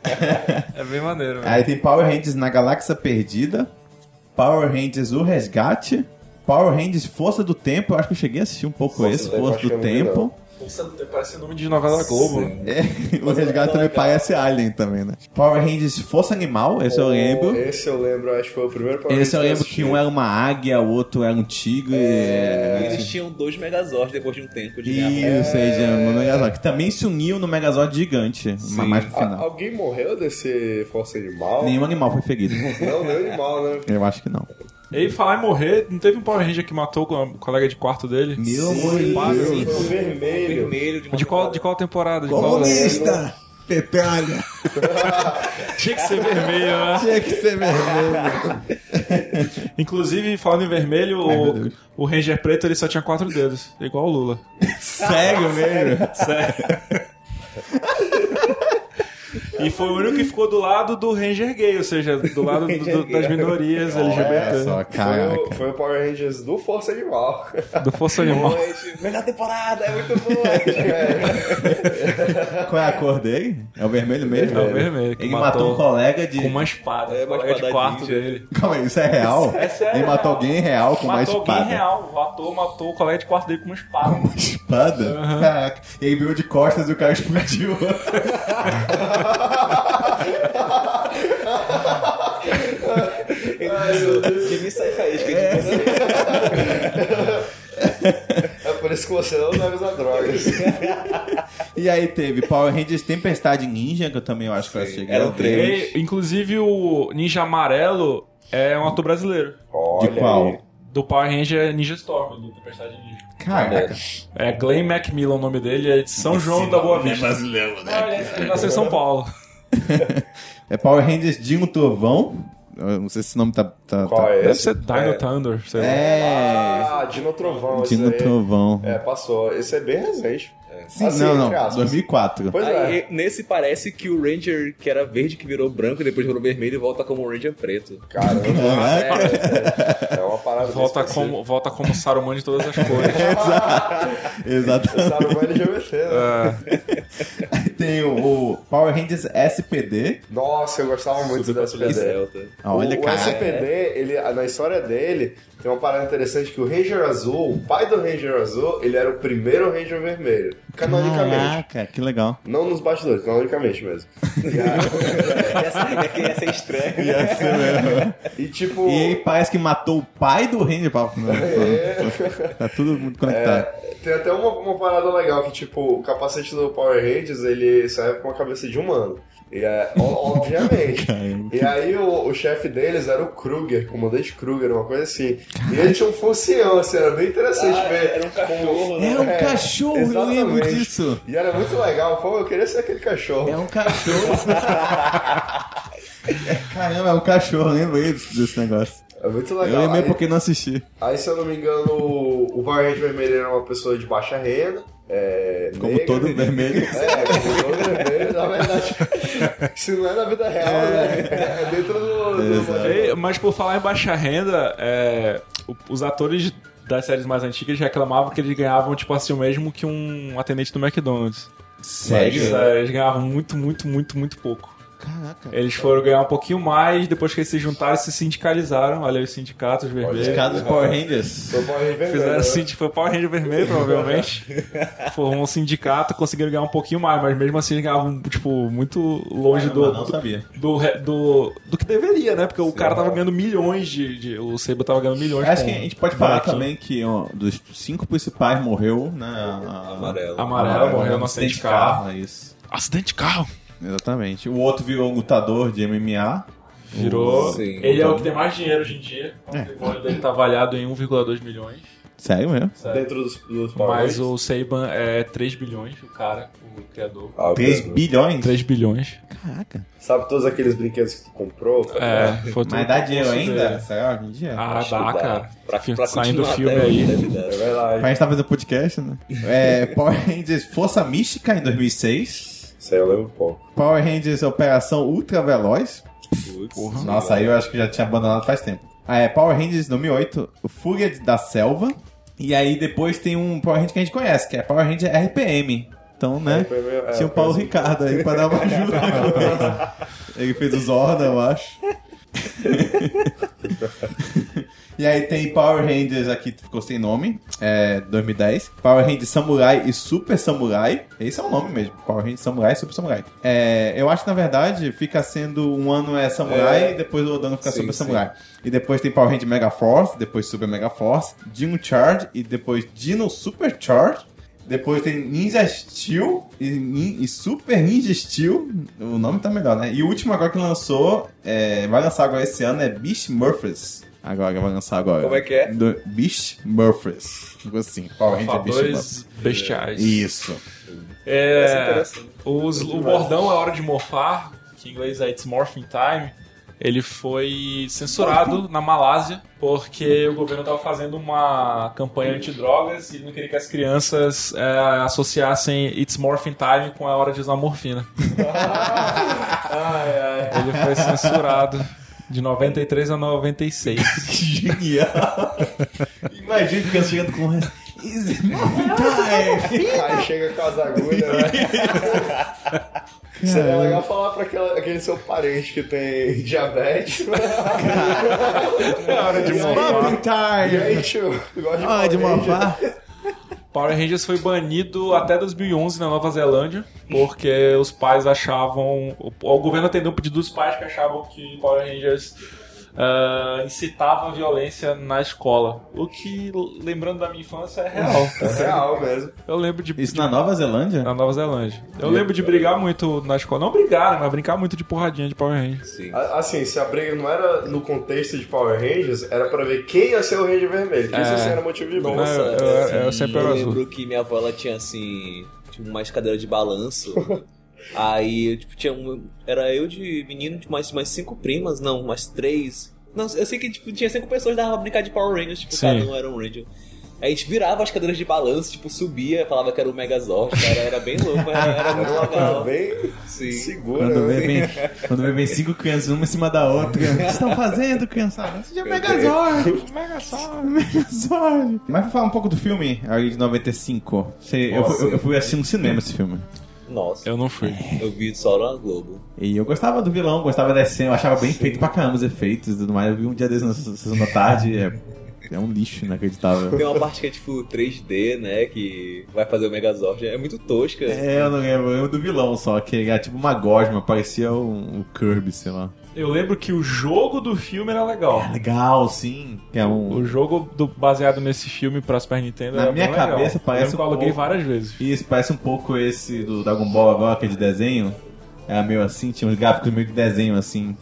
[SPEAKER 4] É bem maneiro, velho.
[SPEAKER 3] Aí tem Power Rangers na Galáxia Perdida, Power Rangers O Resgate, Power Rangers Força do Tempo, eu acho que eu cheguei a assistir um pouco
[SPEAKER 6] Força
[SPEAKER 3] esse,
[SPEAKER 6] do Tempo,
[SPEAKER 3] Força
[SPEAKER 6] acho que é eu
[SPEAKER 3] do
[SPEAKER 6] não vi,
[SPEAKER 3] Tempo.
[SPEAKER 4] Parece nome de novela da Globo. né?
[SPEAKER 3] É, o Resgate também parece Alien também, né? Power Rangers Força Animal, esse eu lembro.
[SPEAKER 6] Esse eu lembro, acho que foi o primeiro Power
[SPEAKER 3] Esse eu
[SPEAKER 6] Rangers
[SPEAKER 3] lembro
[SPEAKER 6] Oh, assisti.
[SPEAKER 3] que um era uma águia, o outro era um tigre.
[SPEAKER 6] É,
[SPEAKER 5] Eles tinham dois Megazords depois de um tempo de guerra.
[SPEAKER 3] Isso, aí, já, no Megazord. Que também se uniu no Megazord gigante, mas mais pro
[SPEAKER 6] A-
[SPEAKER 3] final.
[SPEAKER 6] Alguém morreu desse Força Animal?
[SPEAKER 3] Nenhum animal foi ferido.
[SPEAKER 6] Não, nenhum animal, né?
[SPEAKER 3] Eu acho que não.
[SPEAKER 4] E aí, falar em morrer, não teve um Power Ranger que matou o co- o colega de quarto dele?
[SPEAKER 3] Meu
[SPEAKER 6] Foi
[SPEAKER 3] Deus.
[SPEAKER 6] o vermelho.
[SPEAKER 5] Vermelho de uma
[SPEAKER 4] De qual, de
[SPEAKER 5] temporada.
[SPEAKER 4] qual temporada? De qual...
[SPEAKER 3] Comunista! Petralha!
[SPEAKER 4] Tinha que ser vermelho, né?
[SPEAKER 3] Tinha que ser vermelho.
[SPEAKER 4] Inclusive, falando em vermelho,
[SPEAKER 3] Ai, meu
[SPEAKER 4] o,
[SPEAKER 3] Deus.
[SPEAKER 4] o Ranger preto ele só tinha quatro dedos, igual o Lula.
[SPEAKER 3] Sério mesmo?
[SPEAKER 4] E foi o único que ficou do lado do Ranger gay, ou seja, do lado do- do- das minorias
[SPEAKER 3] Olha
[SPEAKER 4] LGBT.
[SPEAKER 3] só,
[SPEAKER 6] Foi
[SPEAKER 3] caraca.
[SPEAKER 6] o, foi o Power Rangers do Força Animal.
[SPEAKER 4] Do Força Animal.
[SPEAKER 5] Gente, Melhor temporada, é muito
[SPEAKER 3] Qual é a cor dele? É o vermelho mesmo?
[SPEAKER 4] É o vermelho, que
[SPEAKER 3] Ele matou
[SPEAKER 4] matou
[SPEAKER 3] um colega de.
[SPEAKER 4] Com uma espada.
[SPEAKER 5] É, uma
[SPEAKER 4] colega
[SPEAKER 5] espada
[SPEAKER 4] de quarto
[SPEAKER 5] ninja.
[SPEAKER 4] dele.
[SPEAKER 3] Calma aí, isso é real?
[SPEAKER 4] É sério,
[SPEAKER 3] Ele
[SPEAKER 4] é
[SPEAKER 3] matou
[SPEAKER 4] real.
[SPEAKER 3] alguém real com uma
[SPEAKER 4] matou
[SPEAKER 3] espada.
[SPEAKER 4] alguém real. O ator matou o colega de quarto dele com uma espada.
[SPEAKER 3] Espada? Caraca. E aí veio de costas e o cara explodiu.
[SPEAKER 5] bom. De mim sai faísca.
[SPEAKER 3] É.
[SPEAKER 5] de mim sai-
[SPEAKER 6] É por isso que você não deve usar drogas.
[SPEAKER 3] e aí teve Power Rangers Tempestade Ninja, que eu também acho que eu cheguei.
[SPEAKER 5] eram
[SPEAKER 6] um
[SPEAKER 3] a ver.
[SPEAKER 5] três.
[SPEAKER 4] E, inclusive, o Ninja Amarelo é um ator brasileiro.
[SPEAKER 6] Olha
[SPEAKER 3] De qual?
[SPEAKER 6] aí.
[SPEAKER 4] Do Power Ranger Ninja Storm, do Tempestade Ninja.
[SPEAKER 3] Caraca.
[SPEAKER 4] É Glenn Macmillan o nome dele, é de São João da Boa Vista.
[SPEAKER 3] brasileiro, né?
[SPEAKER 4] Olha, ele nasceu em São Paulo.
[SPEAKER 3] É Power Rangers Dino Trovão. Eu não sei se esse nome tá. tá-
[SPEAKER 6] Qual
[SPEAKER 3] tá-
[SPEAKER 6] é
[SPEAKER 4] Deve
[SPEAKER 6] esse?
[SPEAKER 4] ser Dino Thunder, sei lá.
[SPEAKER 3] É.
[SPEAKER 6] Ah, Dino Trovão. esse
[SPEAKER 3] Dino
[SPEAKER 6] aí.
[SPEAKER 3] Trovão.
[SPEAKER 6] É, passou. Esse é bem recente.
[SPEAKER 3] Sim,
[SPEAKER 6] Assim,
[SPEAKER 3] não, não.
[SPEAKER 6] entre aspas.
[SPEAKER 3] 2004.
[SPEAKER 6] Pois é.
[SPEAKER 5] Aí, nesse parece que o Ranger que era verde, que virou branco, e depois virou vermelho, volta como um Ranger preto.
[SPEAKER 6] Caramba. É uma parada
[SPEAKER 4] Volta
[SPEAKER 6] desse tipo.
[SPEAKER 4] como, volta como Saruman de todas as cores.
[SPEAKER 3] Exatamente.
[SPEAKER 6] Sabe o LGBT, né?
[SPEAKER 3] Tem o, o Power Rangers SPD.
[SPEAKER 6] Nossa, eu gostava muito do
[SPEAKER 5] Patrulha
[SPEAKER 6] SPD.
[SPEAKER 5] Delta.
[SPEAKER 3] Ah, Olha,
[SPEAKER 6] o, o
[SPEAKER 3] cara.
[SPEAKER 6] SPD, ele, na história dele, tem uma parada interessante que o Ranger Azul, o pai do Ranger Azul, ele era o primeiro Ranger Vermelho. Canonicamente.
[SPEAKER 3] Caraca, que legal.
[SPEAKER 6] Não nos bastidores, canonicamente mesmo.
[SPEAKER 5] Essa, é que ia ser estranho.
[SPEAKER 6] E tipo.
[SPEAKER 3] E aí parece que matou o pai do Ranger. né? Pau. Não, não, Tá tudo muito conectado.
[SPEAKER 6] Tem até uma, uma parada legal que, tipo, o capacete do Power Rangers, ele serve com a cabeça de humano. E é, o- obviamente. e aí o, o chefe deles era o Kruger, comandante Kruger, uma coisa assim. E ele tinha um função, assim, era bem interessante ver.
[SPEAKER 5] Era um cachorro, né?
[SPEAKER 3] É um cachorro, eu lembro
[SPEAKER 6] exatamente.
[SPEAKER 3] disso.
[SPEAKER 6] E era muito legal, pô, eu queria ser aquele cachorro.
[SPEAKER 3] É um cachorro. Caramba, é um cachorro, eu lembrei desse desse negócio.
[SPEAKER 6] É muito
[SPEAKER 3] um- Eu
[SPEAKER 6] legal.
[SPEAKER 3] lembrei
[SPEAKER 6] Aí-
[SPEAKER 3] porque não assisti.
[SPEAKER 6] Aí, se eu não me engano, o o Power Ranger Vermelho era uma pessoa de baixa renda. É,
[SPEAKER 3] Como
[SPEAKER 6] negra.
[SPEAKER 3] todo vermelho.
[SPEAKER 6] É, como todo vermelho, na verdade. Se não é na vida real, né? É dentro do. do-
[SPEAKER 4] E- Mas por falar em baixa renda, é, o- os atores das séries mais antigas reclamavam que eles ganhavam, tipo assim, o mesmo que um atendente do McDonald's.
[SPEAKER 3] Sério?
[SPEAKER 4] Sério, eles ganhavam muito, muito, muito, muito pouco.
[SPEAKER 3] Caraca.
[SPEAKER 4] Eles foram ganhar um pouquinho mais, depois que eles se juntaram, se sindicalizaram. Olha aí os sindicatos vermelhos.
[SPEAKER 3] Cara dos Power Rangers.
[SPEAKER 6] do Power Ranger Vermelho.
[SPEAKER 4] Fizeram
[SPEAKER 6] né?
[SPEAKER 4] assim, tipo, foi Power Ranger Vermelho, provavelmente. Formou um sindicato, conseguiram ganhar um pouquinho mais, mas mesmo assim eles ganhavam, tipo, muito longe do,
[SPEAKER 3] Não
[SPEAKER 4] do,
[SPEAKER 3] sabia.
[SPEAKER 4] do, re- do, do que deveria, né? Porque o cara tava ganhando milhões de. de- o Seiba tava ganhando milhões
[SPEAKER 3] Acho
[SPEAKER 4] com
[SPEAKER 3] que a gente pode falar
[SPEAKER 4] bonequinho.
[SPEAKER 3] também que ó, dos cinco principais morreu, né? a- a-
[SPEAKER 5] Amarelo.
[SPEAKER 4] Amarelo,
[SPEAKER 3] Ah,
[SPEAKER 4] morreu no acidente de carro.
[SPEAKER 3] É Isso.
[SPEAKER 4] Acidente de carro!
[SPEAKER 3] Exatamente. O outro É. virou um lutador de MMA.
[SPEAKER 4] Virou.
[SPEAKER 5] Sim.
[SPEAKER 4] Ele é o que tem mais dinheiro hoje em dia. O patrimônio dele tá avaliado em 1,2 milhões.
[SPEAKER 3] Sério mesmo?
[SPEAKER 4] Sério.
[SPEAKER 6] Dentro dos, dos Power
[SPEAKER 4] Mas
[SPEAKER 6] Rangers.
[SPEAKER 4] o Seiban é 3 bilhões, o cara, o criador.
[SPEAKER 6] Ah,
[SPEAKER 3] 3
[SPEAKER 6] ok.
[SPEAKER 3] bilhões?
[SPEAKER 4] 3 bilhões.
[SPEAKER 3] Caraca.
[SPEAKER 6] Sabe todos aqueles brinquedos que tu comprou?
[SPEAKER 4] É, foi
[SPEAKER 3] Mas
[SPEAKER 4] tudo
[SPEAKER 3] dá dinheiro
[SPEAKER 4] concedido.
[SPEAKER 3] ainda? Sério, hoje em dia?
[SPEAKER 4] Ah,
[SPEAKER 5] Acho que
[SPEAKER 4] dá,
[SPEAKER 5] dá.
[SPEAKER 4] cara.
[SPEAKER 5] Pra,
[SPEAKER 4] Fi-
[SPEAKER 5] pra
[SPEAKER 4] Saindo do
[SPEAKER 5] continuar
[SPEAKER 4] filme
[SPEAKER 5] até hoje, né,
[SPEAKER 4] aí.
[SPEAKER 5] deve dar.
[SPEAKER 6] É verdade.
[SPEAKER 3] Pra gente tá fazendo podcast, né? É, Power Rangers Força Mística em 2006.
[SPEAKER 6] Isso aí eu lembro pouco.
[SPEAKER 3] Power Rangers Operação Ultra Veloz.
[SPEAKER 6] Putz,
[SPEAKER 3] Nossa, aí eu acho que já tinha abandonado faz tempo. Ah, é Power Rangers 2008, o Fúria da Selva. E aí depois tem um Power Ranger que a gente conhece, que é Power Ranger RPM. Então, né?
[SPEAKER 6] Foi meio- é,
[SPEAKER 3] Tinha o Paulo
[SPEAKER 6] foi-
[SPEAKER 3] Ricardo aí pra dar uma ajuda. na coisa. Ele fez o Zorda, eu acho. e aí tem Power Rangers aqui, que ficou sem nome, é 2010. Power Rangers Samurai e Super Samurai. Esse é o nome mesmo, Power Rangers Samurai e Super Samurai. É, eu acho que, na verdade, fica sendo um ano é Samurai
[SPEAKER 6] É.
[SPEAKER 3] e depois o ano fica
[SPEAKER 6] Sim,
[SPEAKER 3] Super
[SPEAKER 6] sim.
[SPEAKER 3] Samurai. E depois tem Power Rangers Mega Force, depois Super Mega Force, Dino Charge e depois Dino Super Charge. Depois tem Ninja Steel e, Nin- e Super Ninja Steel. O nome tá melhor, né? E o último agora que lançou, é, vai lançar agora esse ano, é Beast Murphys. Agora, vai lançar agora.
[SPEAKER 5] Como é que é?
[SPEAKER 3] Do, Beast Murphys. Algo assim. Power Ranger Beast Murphys.
[SPEAKER 4] Fatores bestiais.
[SPEAKER 3] Isso.
[SPEAKER 5] Essa é
[SPEAKER 4] É,
[SPEAKER 5] interessante.
[SPEAKER 4] os- o bordão é hora de morfar, que em inglês é It's Morphing Time. Ele foi censurado na Malásia porque o governo estava fazendo uma campanha antidrogas e não queria que as crianças é, associassem It's Morphing Time com a hora de usar morfina. Ele foi censurado de 93 a 96.
[SPEAKER 3] Genial. Imagina que criança chegando com... um Easy Muffin Time.
[SPEAKER 6] Aí chega com as agulhas, né? Seria legal falar pra aquela- aquele seu parente que tem diabetes.
[SPEAKER 4] É hora de
[SPEAKER 3] Muffin
[SPEAKER 6] E
[SPEAKER 3] Time.
[SPEAKER 6] aí, tio, gosta de
[SPEAKER 3] Ah, de
[SPEAKER 6] Power Ranger?
[SPEAKER 3] mofar.
[SPEAKER 4] Power Rangers foi banido até 2011 na Nova Zelândia, porque os pais achavam. O, o governo atendeu o pedido dos pais que achavam que Power Rangers ah, incitava a violência na escola. O que, lembrando da minha infância, é real.
[SPEAKER 6] É real mesmo.
[SPEAKER 4] Eu lembro de.
[SPEAKER 3] Isso na Nova Zelândia?
[SPEAKER 4] Na Nova Zelândia. Eu lembro de brigar muito na escola. Não brigar, né, mas brincar muito de porradinha de Power Rangers.
[SPEAKER 5] Sim.
[SPEAKER 6] A- Assim, se a briga não era no contexto de Power Rangers, era pra ver quem ia ser o Ranger Vermelho. que Isso assim, era motivo de
[SPEAKER 4] Não,
[SPEAKER 6] bom.
[SPEAKER 4] eu, eu- eu é, sempre era
[SPEAKER 5] assim, eu
[SPEAKER 4] azul.
[SPEAKER 5] lembro que minha avó ela tinha assim, tipo, umas cadeiras de balanço. Aí eu, tipo, tinha um. Era eu de menino de mais, mais cinco primas, não, mais três. Não, eu sei que tipo, tinha cinco pessoas que dava pra brincar de Power Rangers, tipo,
[SPEAKER 4] Sim.
[SPEAKER 5] cada um era um Ranger. Aí a gente virava as cadeiras de balanço, tipo, subia, falava que era o Megazord, cara, era bem louco, mas era, era muito
[SPEAKER 6] Ela
[SPEAKER 5] legal.
[SPEAKER 6] tava bem
[SPEAKER 5] Sim.
[SPEAKER 6] segura.
[SPEAKER 3] Quando
[SPEAKER 6] né?
[SPEAKER 3] vem, vem- quando vem, vem cinco crianças uma em cima da outra. O que vocês estão fazendo, criançada? Você já Megazord! Megazord! Megazord! Mas vou falar um pouco do filme ali de 95. Você- eu, fui- eu- eu fui assistir no cinema esse filme.
[SPEAKER 5] Nossa,
[SPEAKER 4] Eu não fui.
[SPEAKER 5] eu vi só na Globo.
[SPEAKER 3] E eu gostava do vilão, gostava da cena, eu achava bem feito pra caramba os efeitos e tudo mais. Eu vi um dia desses na sessão da tarde. É, é um lixo inacreditável.
[SPEAKER 5] Tem uma parte que é tipo 3D, né? Que vai fazer o Megazord. É muito tosca.
[SPEAKER 3] É, eu não lembro, eu lembro do vilão só, que era tipo uma gosma, parecia um, um Kirby, sei lá. É
[SPEAKER 4] Eu lembro que o jogo do filme era legal.
[SPEAKER 3] Legal, sim. Que é um,
[SPEAKER 4] O jogo do- baseado nesse filme pra Super Nintendo
[SPEAKER 3] Na
[SPEAKER 4] era
[SPEAKER 3] minha
[SPEAKER 4] bem legal.
[SPEAKER 3] cabeça parece
[SPEAKER 4] Eu lembro que eu
[SPEAKER 3] um
[SPEAKER 4] aluguei
[SPEAKER 3] pouco-
[SPEAKER 4] várias vezes.
[SPEAKER 3] Isso, parece um pouco esse do Dragon Ball agora, aquele desenho. Era meio assim, tinha uns gráficos meio de desenho assim.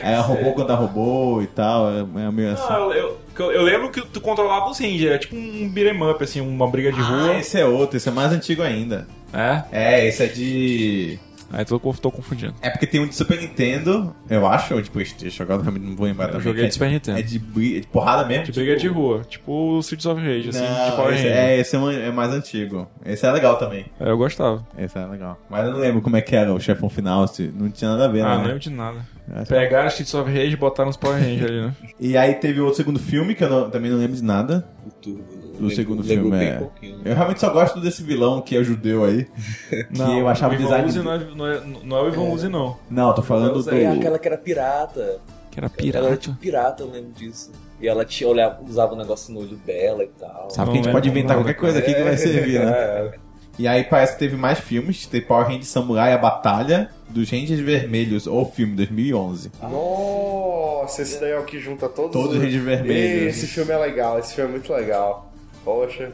[SPEAKER 3] Era robô quando era robô e tal, era meio assim.
[SPEAKER 4] Não, eu, eu, eu lembro que tu controlava os Ranger, era tipo um beat'em up, assim, uma briga de
[SPEAKER 3] Ah,
[SPEAKER 4] rua.
[SPEAKER 3] esse é outro, esse é mais antigo ainda.
[SPEAKER 4] É?
[SPEAKER 3] É, esse é de.
[SPEAKER 4] Aí tô, co- tô confundindo.
[SPEAKER 3] É porque tem um de Super Nintendo, eu acho, ou de Playstation, agora também não vou lembrar
[SPEAKER 4] Eu
[SPEAKER 3] também.
[SPEAKER 4] joguei
[SPEAKER 3] que
[SPEAKER 4] de Super Nintendo.
[SPEAKER 3] É de, bri- é de porrada mesmo?
[SPEAKER 4] De briga de rua, tipo o Streets of Rage, assim, de
[SPEAKER 3] Não,
[SPEAKER 4] Power
[SPEAKER 3] esse,
[SPEAKER 4] Ranger.
[SPEAKER 3] é, esse é, um- é mais antigo. Esse é legal também.
[SPEAKER 4] É, Eu gostava.
[SPEAKER 3] Esse é legal. Mas eu não lembro como é que era o chefão final, se- não tinha nada a ver,
[SPEAKER 4] Ah, não
[SPEAKER 3] né? é
[SPEAKER 4] lembro de nada.
[SPEAKER 3] Acho-
[SPEAKER 4] Pegaram Streets of Rage e botaram os Power Rangers ali, né?
[SPEAKER 3] E aí teve outro segundo filme, que eu não- também não lembro de nada.
[SPEAKER 5] O turbo.
[SPEAKER 3] Do segundo
[SPEAKER 5] lembrou
[SPEAKER 3] filme,
[SPEAKER 5] bem
[SPEAKER 3] é.
[SPEAKER 5] pouquinho.
[SPEAKER 3] Eu realmente só gosto desse vilão que é judeu aí. que eu achava
[SPEAKER 4] o
[SPEAKER 3] o
[SPEAKER 4] Ivan
[SPEAKER 3] design.
[SPEAKER 4] Uzi não, é, não, é, não é o Ivan Uzi, não.
[SPEAKER 3] Não, tô falando do.
[SPEAKER 5] É aquela que era pirata.
[SPEAKER 4] Que era
[SPEAKER 5] Ela era tipo
[SPEAKER 4] pirata.
[SPEAKER 5] pirata, eu lembro disso. E ela tinha, olhava, usava um negócio no olho dela e tal.
[SPEAKER 3] Sabe
[SPEAKER 4] Não
[SPEAKER 3] que a gente
[SPEAKER 4] lembro
[SPEAKER 3] pode inventar
[SPEAKER 4] nada,
[SPEAKER 3] qualquer coisa aqui que vai servir, né?
[SPEAKER 6] É,
[SPEAKER 3] E aí parece que teve mais filmes. Teve Power Rangers Samurai, A Batalha dos Rangers Vermelhos, ou filme, 2011.
[SPEAKER 6] Nossa, esse daí é o que junta todos
[SPEAKER 3] Todos os Rangers Vermelhos.
[SPEAKER 6] Ei, Esse filme é legal, esse filme é muito legal. Poxa.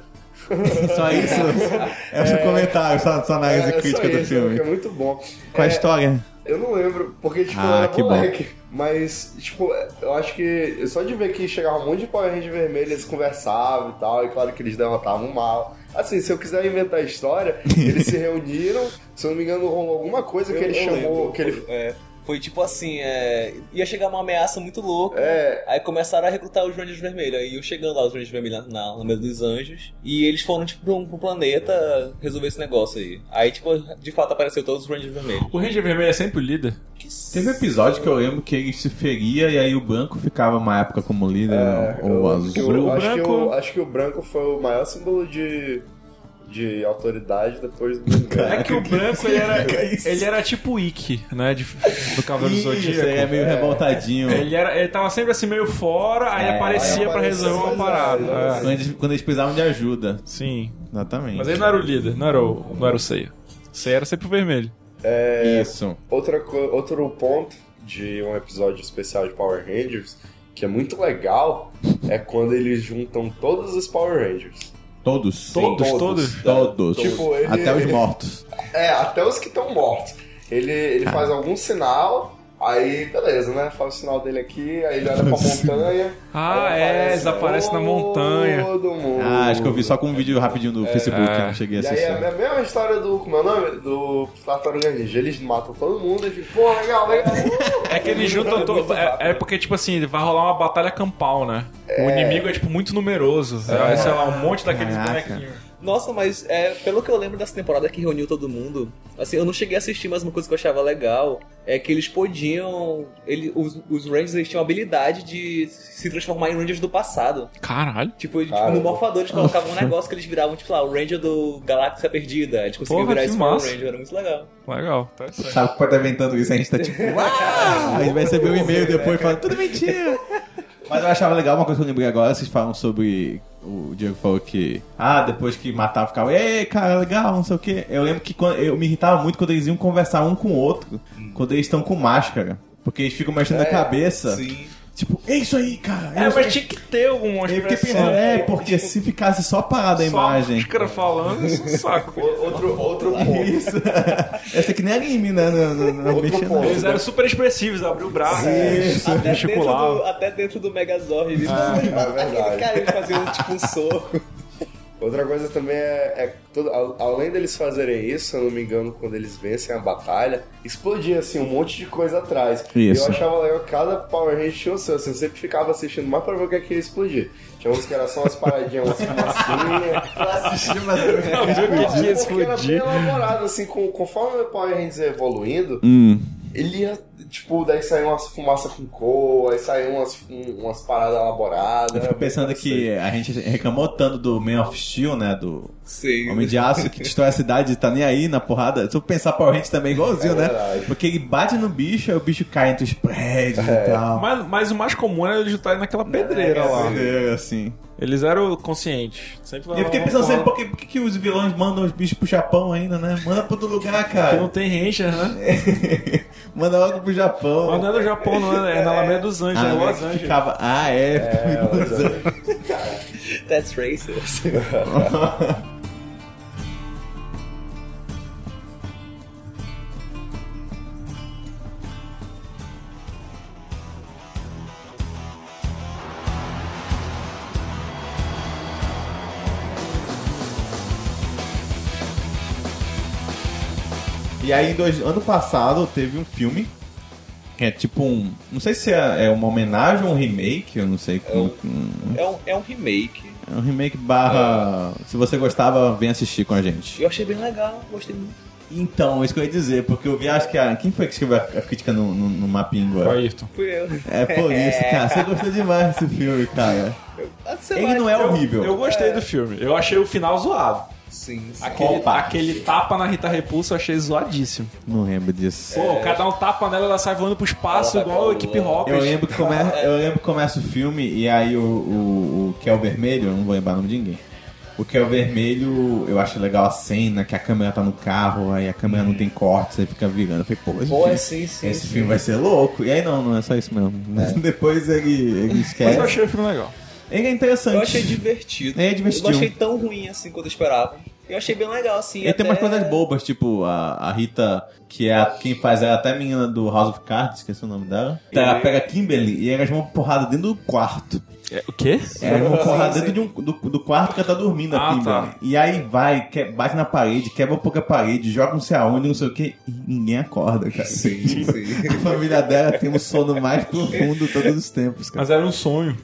[SPEAKER 3] Só isso. É o seu comentário, só, só análise
[SPEAKER 6] É, só
[SPEAKER 3] Ah, crítica do
[SPEAKER 6] isso,
[SPEAKER 3] filme.
[SPEAKER 6] É muito bom.
[SPEAKER 3] Qual a história?
[SPEAKER 6] Eu não lembro, porque tipo,
[SPEAKER 3] Ah,
[SPEAKER 6] eu era
[SPEAKER 3] que bom.
[SPEAKER 6] moleque. Mas, tipo, eu acho que só de ver que chegava um monte de Power Ranger vermelho, eles conversavam e tal, e claro que eles derrotavam o mal. Assim, se eu quiser inventar a história, eles se reuniram, se eu não me engano, rolou alguma coisa que ele
[SPEAKER 5] Eu
[SPEAKER 6] chamou,
[SPEAKER 5] lembro,
[SPEAKER 6] que ele...
[SPEAKER 5] foi, é, foi tipo assim, é, ia chegar uma ameaça muito louca.
[SPEAKER 6] É,
[SPEAKER 5] Aí começaram a recrutar os Rangers Vermelhos. Aí iam chegando lá os Rangers Vermelhos na, na, na mesa dos anjos. E eles foram, tipo, pra um, pra um planeta resolver esse negócio aí. Aí, tipo, de fato apareceu todos os Rangers Vermelhos.
[SPEAKER 4] O Ranger Vermelho é sempre o líder.
[SPEAKER 3] Teve um episódio que eu lembro que ele se feria e aí o branco ficava uma época como líder,
[SPEAKER 6] É,
[SPEAKER 3] ou
[SPEAKER 6] eu- que
[SPEAKER 3] azul.
[SPEAKER 6] eu-
[SPEAKER 4] O
[SPEAKER 6] acho, que
[SPEAKER 4] branco-
[SPEAKER 6] o, acho que o branco foi o maior símbolo de, de autoridade depois do
[SPEAKER 4] É
[SPEAKER 6] vermelho.
[SPEAKER 4] que o branco ele era, ele era tipo o Ikki, né? de- do Cavaleiro do
[SPEAKER 3] Isso,
[SPEAKER 4] Zodíaco.
[SPEAKER 3] ele é meio revoltadinho.
[SPEAKER 4] Ele, era, ele tava sempre assim meio fora, aí
[SPEAKER 3] É,
[SPEAKER 4] aparecia
[SPEAKER 6] aí
[SPEAKER 4] pra
[SPEAKER 6] aparecia,
[SPEAKER 4] resolver uma
[SPEAKER 6] mas
[SPEAKER 4] parada.
[SPEAKER 6] aí-
[SPEAKER 4] É,
[SPEAKER 3] Quando eles, quando eles precisavam de ajuda.
[SPEAKER 4] sim.
[SPEAKER 3] Exatamente.
[SPEAKER 4] Mas ele não era o líder, não era o, não era o Seiya. O Seiya era sempre o vermelho.
[SPEAKER 3] Isso.
[SPEAKER 6] Outra, co- outro ponto de um episódio especial de Power Rangers, que é muito legal, é quando eles juntam todos os Power Rangers.
[SPEAKER 3] Todos.
[SPEAKER 4] Todos,
[SPEAKER 6] todos.
[SPEAKER 4] todos.
[SPEAKER 3] Todos.
[SPEAKER 6] Tipo, ele-
[SPEAKER 3] Até os
[SPEAKER 6] ele-
[SPEAKER 3] mortos.
[SPEAKER 6] É, até os que estão mortos. Ele, ele faz algum sinal, aí beleza, né? Faz o sinal dele aqui, aí ele olha pra montanha.
[SPEAKER 4] Ah,
[SPEAKER 6] aí
[SPEAKER 4] é,
[SPEAKER 6] aparece
[SPEAKER 4] eles aparecem na montanha.
[SPEAKER 6] Todo mundo.
[SPEAKER 3] Ah, acho que eu vi só com um vídeo rapidinho no Facebook,
[SPEAKER 4] É.
[SPEAKER 3] eu não cheguei a
[SPEAKER 6] E aí
[SPEAKER 3] assistir.
[SPEAKER 6] é a mesma história do. Como é o nome? Do Tartaruga Ninja. Eles matam todo mundo e ficam, pô, legal, legal.
[SPEAKER 4] É que eles juntam todo. É, é porque, tipo assim, vai rolar uma batalha campal, né? O inimigo é, tipo, muito numeroso. É, sei lá, um monte daqueles
[SPEAKER 3] Caraca.
[SPEAKER 4] bonequinhos.
[SPEAKER 5] Nossa, mas é, pelo que eu lembro dessa temporada que reuniu todo mundo, assim, eu não cheguei a assistir, mas uma coisa que eu achava legal é que eles podiam. Ele, os, os Rangers eles tinham a habilidade de se transformar em Rangers do passado.
[SPEAKER 4] Caralho.
[SPEAKER 5] Tipo, tipo,
[SPEAKER 6] Cara.
[SPEAKER 5] no Morfador eles colocavam um negócio que eles viravam, tipo, lá, o Ranger do Galáxia Perdida. Eles conseguiam
[SPEAKER 4] Porra,
[SPEAKER 5] virar
[SPEAKER 4] que
[SPEAKER 5] esse Power
[SPEAKER 4] massa.
[SPEAKER 5] Ranger, era muito legal.
[SPEAKER 4] Legal, tá
[SPEAKER 3] O
[SPEAKER 4] certo.
[SPEAKER 3] Saco pode estar inventando isso, a gente tá tipo. "Uau!" Aí vai receber um e-mail depois falando, tudo mentira! Mas eu achava legal uma coisa que eu lembrei agora, vocês falam sobre. O Diego falou que. Ah, depois que matava, ficava. Ei, cara, legal, não sei o quê. Eu lembro que quando- eu me irritava muito quando eles iam conversar um com o outro, quando eles estão com máscara. Porque eles ficam mexendo a cabeça.
[SPEAKER 5] Sim.
[SPEAKER 3] Tipo, é isso aí, cara.
[SPEAKER 4] É,
[SPEAKER 3] isso aí."
[SPEAKER 4] mas tinha que ter alguma
[SPEAKER 3] Eu fiquei
[SPEAKER 4] expressão.
[SPEAKER 3] pensando, é, porque se ficasse só parada a
[SPEAKER 4] Só
[SPEAKER 3] imagem.
[SPEAKER 4] os caras falando, isso é um saco.
[SPEAKER 6] Outro, outro ponto.
[SPEAKER 3] Isso. Essa que nem anime, né? Não, não, não,
[SPEAKER 6] Outro
[SPEAKER 3] mexe, não.
[SPEAKER 6] ponto.
[SPEAKER 4] Eles eram super expressivos, abriu o braço, é,
[SPEAKER 3] Isso.
[SPEAKER 5] Até dentro,
[SPEAKER 4] gesticulava.
[SPEAKER 5] do, até dentro do Megazord. Eles
[SPEAKER 6] é verdade.
[SPEAKER 5] Aquele cara, ele fazia um, tipo um soco.
[SPEAKER 6] Outra coisa também é, é todo- al- além deles fazerem isso, se eu não me engano, quando eles vencem a batalha, explodia assim um monte de coisa atrás.
[SPEAKER 3] Isso.
[SPEAKER 6] E eu achava legal, cada Power Ranger tinha o seu, assim, eu sempre ficava assistindo mais pra ver o que é que ia explodir. Tinha uns que era só umas paradinhas, umas
[SPEAKER 4] Não, viu o que que ia
[SPEAKER 6] fumacinhas. Porque era bem
[SPEAKER 4] explodir.
[SPEAKER 6] elaborado, assim, com, conforme o Power Rangers ia evoluindo,
[SPEAKER 3] Hum.
[SPEAKER 6] ele ia, tipo, daí saiu umas fumaça com cor, aí saiu umas, um, umas paradas elaboradas.
[SPEAKER 3] É, Eu
[SPEAKER 6] era
[SPEAKER 3] fico
[SPEAKER 6] bem
[SPEAKER 3] pensando que a gente reclamou tanto do Man of Steel, né? Do
[SPEAKER 5] Sim.
[SPEAKER 3] Homem de Aço que destrói a cidade e tá nem aí na porrada. Se eu pensar Power Rangers também é igualzinho,
[SPEAKER 6] É
[SPEAKER 3] né?
[SPEAKER 6] verdade.
[SPEAKER 3] Porque ele bate no bicho, aí o bicho cai entre os prédios e tal.
[SPEAKER 4] Mas, mas o mais comum era eles estarem naquela pedreira lá.
[SPEAKER 3] Entendeu? Assim.
[SPEAKER 4] Eles eram conscientes. Sempre
[SPEAKER 3] E eu fiquei pensando
[SPEAKER 1] assim,
[SPEAKER 3] sempre, por que, por que que os vilões mandam os bichos pro Japão ainda, né? Manda pra outro lugar,
[SPEAKER 4] Porque não
[SPEAKER 3] cara.
[SPEAKER 4] tem Ranger, né?
[SPEAKER 3] Manda logo pro Japão.
[SPEAKER 4] Mas não é do Japão, não. É, é na Alameda dos Anjos,
[SPEAKER 3] Ah,
[SPEAKER 4] é em Los
[SPEAKER 3] né, que
[SPEAKER 4] Angeles.
[SPEAKER 3] ficava, ah, é,
[SPEAKER 6] É,
[SPEAKER 3] Los
[SPEAKER 6] mas,
[SPEAKER 3] Angeles.
[SPEAKER 6] é,
[SPEAKER 5] That's racist.
[SPEAKER 3] E aí, em dois, ano passado, teve um filme. que É tipo um. Não sei se é, é uma homenagem ou um remake, eu não sei como. um-
[SPEAKER 5] É um, é um remake.
[SPEAKER 3] É um remake barra. Se você gostava, vem assistir com a gente.
[SPEAKER 5] Eu achei bem legal, gostei muito.
[SPEAKER 3] Então, isso que eu ia dizer, porque eu vi, acho que a. Quem foi que escreveu a a crítica no, no, no Mapingua?
[SPEAKER 4] Ayrton.
[SPEAKER 5] Fui eu.
[SPEAKER 3] É por isso, cara. Você gostou demais desse filme, cara.
[SPEAKER 5] Ah, sei lá,
[SPEAKER 3] Ele não é
[SPEAKER 5] eu-
[SPEAKER 3] horrível.
[SPEAKER 4] Eu gostei do filme. Eu achei o final zoado.
[SPEAKER 5] Sim, sim.
[SPEAKER 4] Aquele,
[SPEAKER 3] Opa.
[SPEAKER 4] aquele tapa na Rita Repulsa eu achei zoadíssimo.
[SPEAKER 3] Não lembro disso.
[SPEAKER 4] Pô, o cara dá um tapa nela, ela sai voando pro espaço
[SPEAKER 5] Ela vai
[SPEAKER 4] igual a
[SPEAKER 5] pra
[SPEAKER 4] equipe
[SPEAKER 5] lua.
[SPEAKER 4] Rocket.
[SPEAKER 3] Eu lembro, que come... eu lembro que começa o filme e aí o, o, o que é o vermelho, eu não vou lembrar o nome de ninguém. O que é o vermelho, eu acho legal a cena que a câmera tá no carro, aí a câmera não tem cortes, aí fica virando. Eu falei, pô, esse,
[SPEAKER 5] Pô,
[SPEAKER 3] filme,
[SPEAKER 5] é sim, sim.
[SPEAKER 3] esse
[SPEAKER 5] sim.
[SPEAKER 3] filme vai ser louco. E aí não, não é só isso mesmo. Depois ele, ele
[SPEAKER 4] Mas
[SPEAKER 3] esquece.
[SPEAKER 4] eu achei o filme legal.
[SPEAKER 3] Ele é interessante.
[SPEAKER 5] Eu achei divertido.
[SPEAKER 3] É divertido.
[SPEAKER 5] Eu não achei tão ruim assim quanto eu esperava. Eu achei bem legal, assim.
[SPEAKER 3] Ele tem
[SPEAKER 5] até-
[SPEAKER 3] umas coisas bobas, tipo a, a Rita, que é a- quem faz é até a menina do House of Cards, esqueci o nome dela. Tá, Ela pega a Kimberly e elas vão uma porrada dentro do quarto.
[SPEAKER 4] o quê?
[SPEAKER 3] Elas vão É uma
[SPEAKER 5] Sim,
[SPEAKER 3] porrada
[SPEAKER 5] sim.
[SPEAKER 3] dentro de um- do, do quarto que ela tá dormindo, a
[SPEAKER 4] Ah,
[SPEAKER 3] Kimberly.
[SPEAKER 4] tá.
[SPEAKER 3] E aí vai, que- bate na parede, quebra um pouco a parede, joga não sei aonde, não sei o que, e ninguém acorda, cara.
[SPEAKER 5] Sim, sim.
[SPEAKER 3] A família dela tem o sono mais profundo de todos os tempos, cara.
[SPEAKER 4] Mas era um sonho.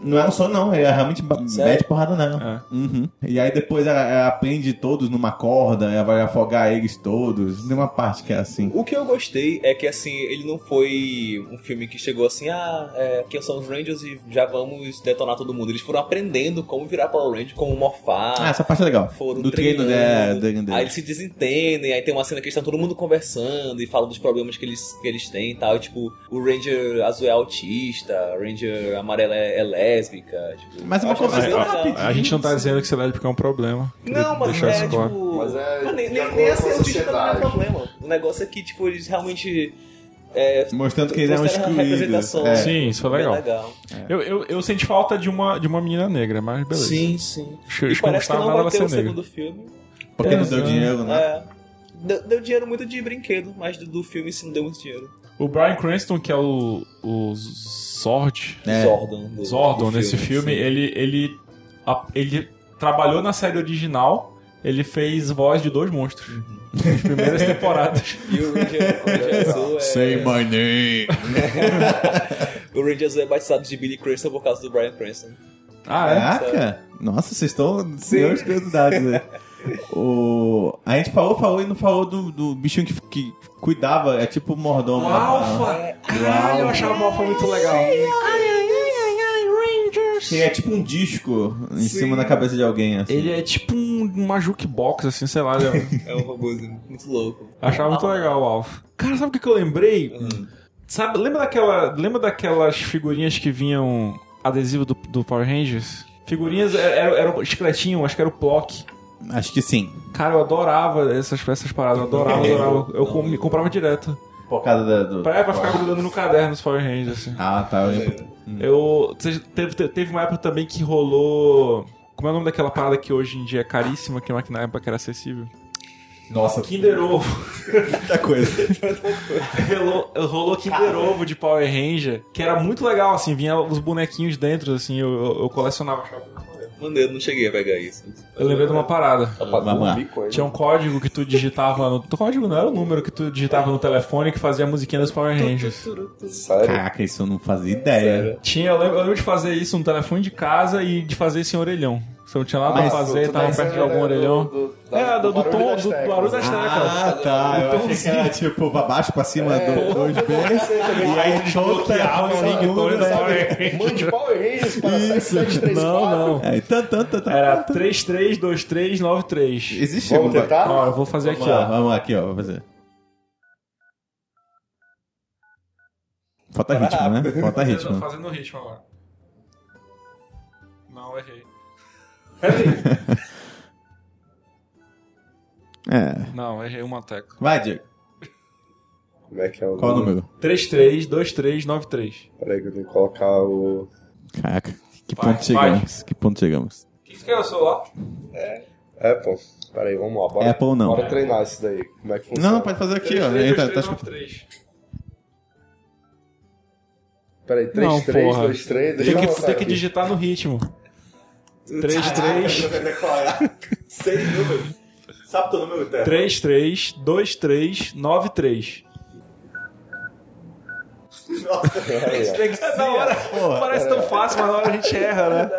[SPEAKER 3] Não é um sonho, não. Ela realmente ba-
[SPEAKER 5] Sério?
[SPEAKER 3] mete porrada nela. Uhum. E aí depois ela, ela prende todos numa corda, ela vai afogar eles todos. Tem uma parte que é assim.
[SPEAKER 5] O que eu gostei é que, assim, ele não foi um filme que chegou assim, ah, é, aqui são os Rangers e já vamos detonar todo mundo. Eles foram aprendendo como virar Power Ranger, como morfar.
[SPEAKER 3] Ah, essa parte é legal.
[SPEAKER 5] foram
[SPEAKER 3] Do treino
[SPEAKER 5] treinando,
[SPEAKER 3] de- de- de-
[SPEAKER 5] Aí eles se desentendem, aí tem uma cena que eles estão todo mundo conversando e falam dos problemas que eles, que eles têm e tal. E, tipo, o Ranger azul é autista, o Ranger amarela é, é lésbica. Tipo,
[SPEAKER 3] Mas é uma
[SPEAKER 5] eu achei
[SPEAKER 3] conversa
[SPEAKER 5] bem
[SPEAKER 3] tão
[SPEAKER 5] legal.
[SPEAKER 3] rapidinha.
[SPEAKER 4] A gente não tá dizendo que celeste porque é um problema. Queria
[SPEAKER 5] Não, mas
[SPEAKER 4] deixar
[SPEAKER 5] é
[SPEAKER 4] isso claro.
[SPEAKER 5] tipo.
[SPEAKER 6] Mas é
[SPEAKER 5] Não, nem,
[SPEAKER 6] de
[SPEAKER 5] nem,
[SPEAKER 6] acordo
[SPEAKER 5] nem
[SPEAKER 6] com a
[SPEAKER 5] assim, autista também não é
[SPEAKER 6] sociedade.
[SPEAKER 5] problema. O negócio é que, tipo, eles realmente.
[SPEAKER 3] Mostrando que eles eram
[SPEAKER 5] trouxeram uma
[SPEAKER 3] excluídos.
[SPEAKER 5] representação.
[SPEAKER 3] É.
[SPEAKER 4] Sim, isso é
[SPEAKER 5] bem
[SPEAKER 4] legal. Eu, eu, eu senti falta de uma, de uma menina negra, mas beleza.
[SPEAKER 5] Sim, sim.
[SPEAKER 4] Acho
[SPEAKER 5] E
[SPEAKER 4] acho que eu
[SPEAKER 5] parece que
[SPEAKER 4] gostava
[SPEAKER 5] não
[SPEAKER 4] nada
[SPEAKER 5] vai
[SPEAKER 4] ela
[SPEAKER 5] ter
[SPEAKER 4] ser
[SPEAKER 5] o
[SPEAKER 4] negra.
[SPEAKER 5] segundo filme.
[SPEAKER 3] Porque não deu
[SPEAKER 4] Exato.
[SPEAKER 3] dinheiro, né?
[SPEAKER 5] É. Deu, deu dinheiro muito de brinquedo, mas do, do filme sim não deu muito dinheiro.
[SPEAKER 4] O Brian Cranston, que é o, o Zord,
[SPEAKER 3] É.
[SPEAKER 5] Zordon. do-
[SPEAKER 4] Zordon
[SPEAKER 5] do
[SPEAKER 4] nesse filme,
[SPEAKER 5] sim.
[SPEAKER 4] ele, ele, a- ele trabalhou na série original, ele fez voz de dois monstros.
[SPEAKER 5] Uhum.
[SPEAKER 4] Nas primeiras temporadas.
[SPEAKER 5] E o Ranger, o Ranger Azul é.
[SPEAKER 3] my name.
[SPEAKER 5] O Ranger Azul é batizado de Billy Cranston por causa do Brian Cranston.
[SPEAKER 4] Ah, é?
[SPEAKER 3] Caraca! Nossa, vocês estão senhores curiosidades aí. né? O... A gente falou, falou e não falou do, do bichinho que, que cuidava, é tipo o mordomo. lá.
[SPEAKER 4] É. Caralho, eu achava o Alpha muito legal.
[SPEAKER 3] Que é tipo um disco em cima da cabeça de alguém, assim.
[SPEAKER 4] Ele é tipo um, uma jukebox, assim, sei lá. né?
[SPEAKER 5] É um robôzinho muito louco.
[SPEAKER 4] Achava muito legal o Alpha. Cara, sabe o que, que eu lembrei? Sabe, lembra, daquela, lembra daquelas figurinhas que vinham adesivo do, do Power Rangers? Figurinhas, é, era, era o esqueletinho, acho que era o Plock.
[SPEAKER 3] Acho que sim.
[SPEAKER 4] Cara, eu adorava essas, essas paradas, eu adorava, adorava. Eu com- me comprava direto.
[SPEAKER 3] Por causa da, do.
[SPEAKER 4] Pra, pra ficar grudando no caderno os Power Rangers, assim.
[SPEAKER 3] Ah, tá. Eu lembro.
[SPEAKER 4] Hum. Eu. Teve, teve- teve uma época também que rolou. Como é o nome daquela parada que hoje em dia é caríssima, que na época era acessível?
[SPEAKER 3] Nossa, que
[SPEAKER 4] Kinder Ovo.
[SPEAKER 3] muita coisa.
[SPEAKER 4] rolou, rolou Kinder Ovo de Power Ranger, que era muito legal, assim, vinha os bonequinhos dentro, assim, eu, eu- eu colecionava.
[SPEAKER 5] Maneiro, não cheguei a pegar isso.
[SPEAKER 4] Eu lembrei de uma parada.
[SPEAKER 3] Vamos lá.
[SPEAKER 4] Tinha um código que tu digitava no. Código não era o número que tu digitava no telefone que fazia a musiquinha dos Power Rangers.
[SPEAKER 6] Sério?
[SPEAKER 3] Caraca, isso eu não fazia ideia.
[SPEAKER 4] Tinha, eu lembro, eu lembro de fazer isso no telefone de casa e de fazer isso em orelhão. Se eu não tinha nada pra
[SPEAKER 3] Mas
[SPEAKER 4] fazer, tava tá perto de algum orelhão. É, do, do tom, do barulho das teclas.
[SPEAKER 3] Ah, tá. Eu achei que era tipo pra baixo, pra cima, do, dois B. E aí desbloqueava
[SPEAKER 4] o ringtone do Power Rangers.
[SPEAKER 6] Mande Power Rangers para
[SPEAKER 3] Isso.
[SPEAKER 6] 7734.
[SPEAKER 4] Não, não.
[SPEAKER 3] É, tan, tan, tan, tan,
[SPEAKER 4] Era
[SPEAKER 3] tan.
[SPEAKER 4] 332393.
[SPEAKER 3] Existe
[SPEAKER 6] Vamos
[SPEAKER 3] alguma-
[SPEAKER 6] tentar?
[SPEAKER 4] Ó, eu vou fazer aqui,
[SPEAKER 3] Vamos lá,
[SPEAKER 4] ó.
[SPEAKER 3] vamos lá, aqui, ó. Vou fazer. Falta ritmo, né? Falta ritmo.
[SPEAKER 4] Fazendo o ritmo agora. Não, errei.
[SPEAKER 3] É.
[SPEAKER 4] Não, errei uma tecla.
[SPEAKER 3] Vai, Diego.
[SPEAKER 6] Como é que é o
[SPEAKER 3] Qual o número?
[SPEAKER 4] 332393.
[SPEAKER 6] Peraí que eu tenho que colocar o...
[SPEAKER 3] Caraca, que
[SPEAKER 4] Vai,
[SPEAKER 3] ponto chegamos? Que ponto chegamos?
[SPEAKER 4] O que você quer o celular?
[SPEAKER 6] Apple. É, Peraí, vamos lá. Bora,
[SPEAKER 3] Apple não.
[SPEAKER 6] bora treinar isso daí. Como é que funciona?
[SPEAKER 3] Não, pode fazer aqui, ó. Entra, tá, escrito-
[SPEAKER 4] 332393.
[SPEAKER 6] Peraí,
[SPEAKER 4] Não,
[SPEAKER 6] 3, 3,
[SPEAKER 4] porra.
[SPEAKER 6] 2, 3...
[SPEAKER 4] Tem que, tem que digitar no ritmo. 33
[SPEAKER 5] Seis números.
[SPEAKER 6] Sabe teu número, Té?
[SPEAKER 4] 332393.
[SPEAKER 3] É
[SPEAKER 4] Na hora parece tão fácil, mas na hora a gente erra, né?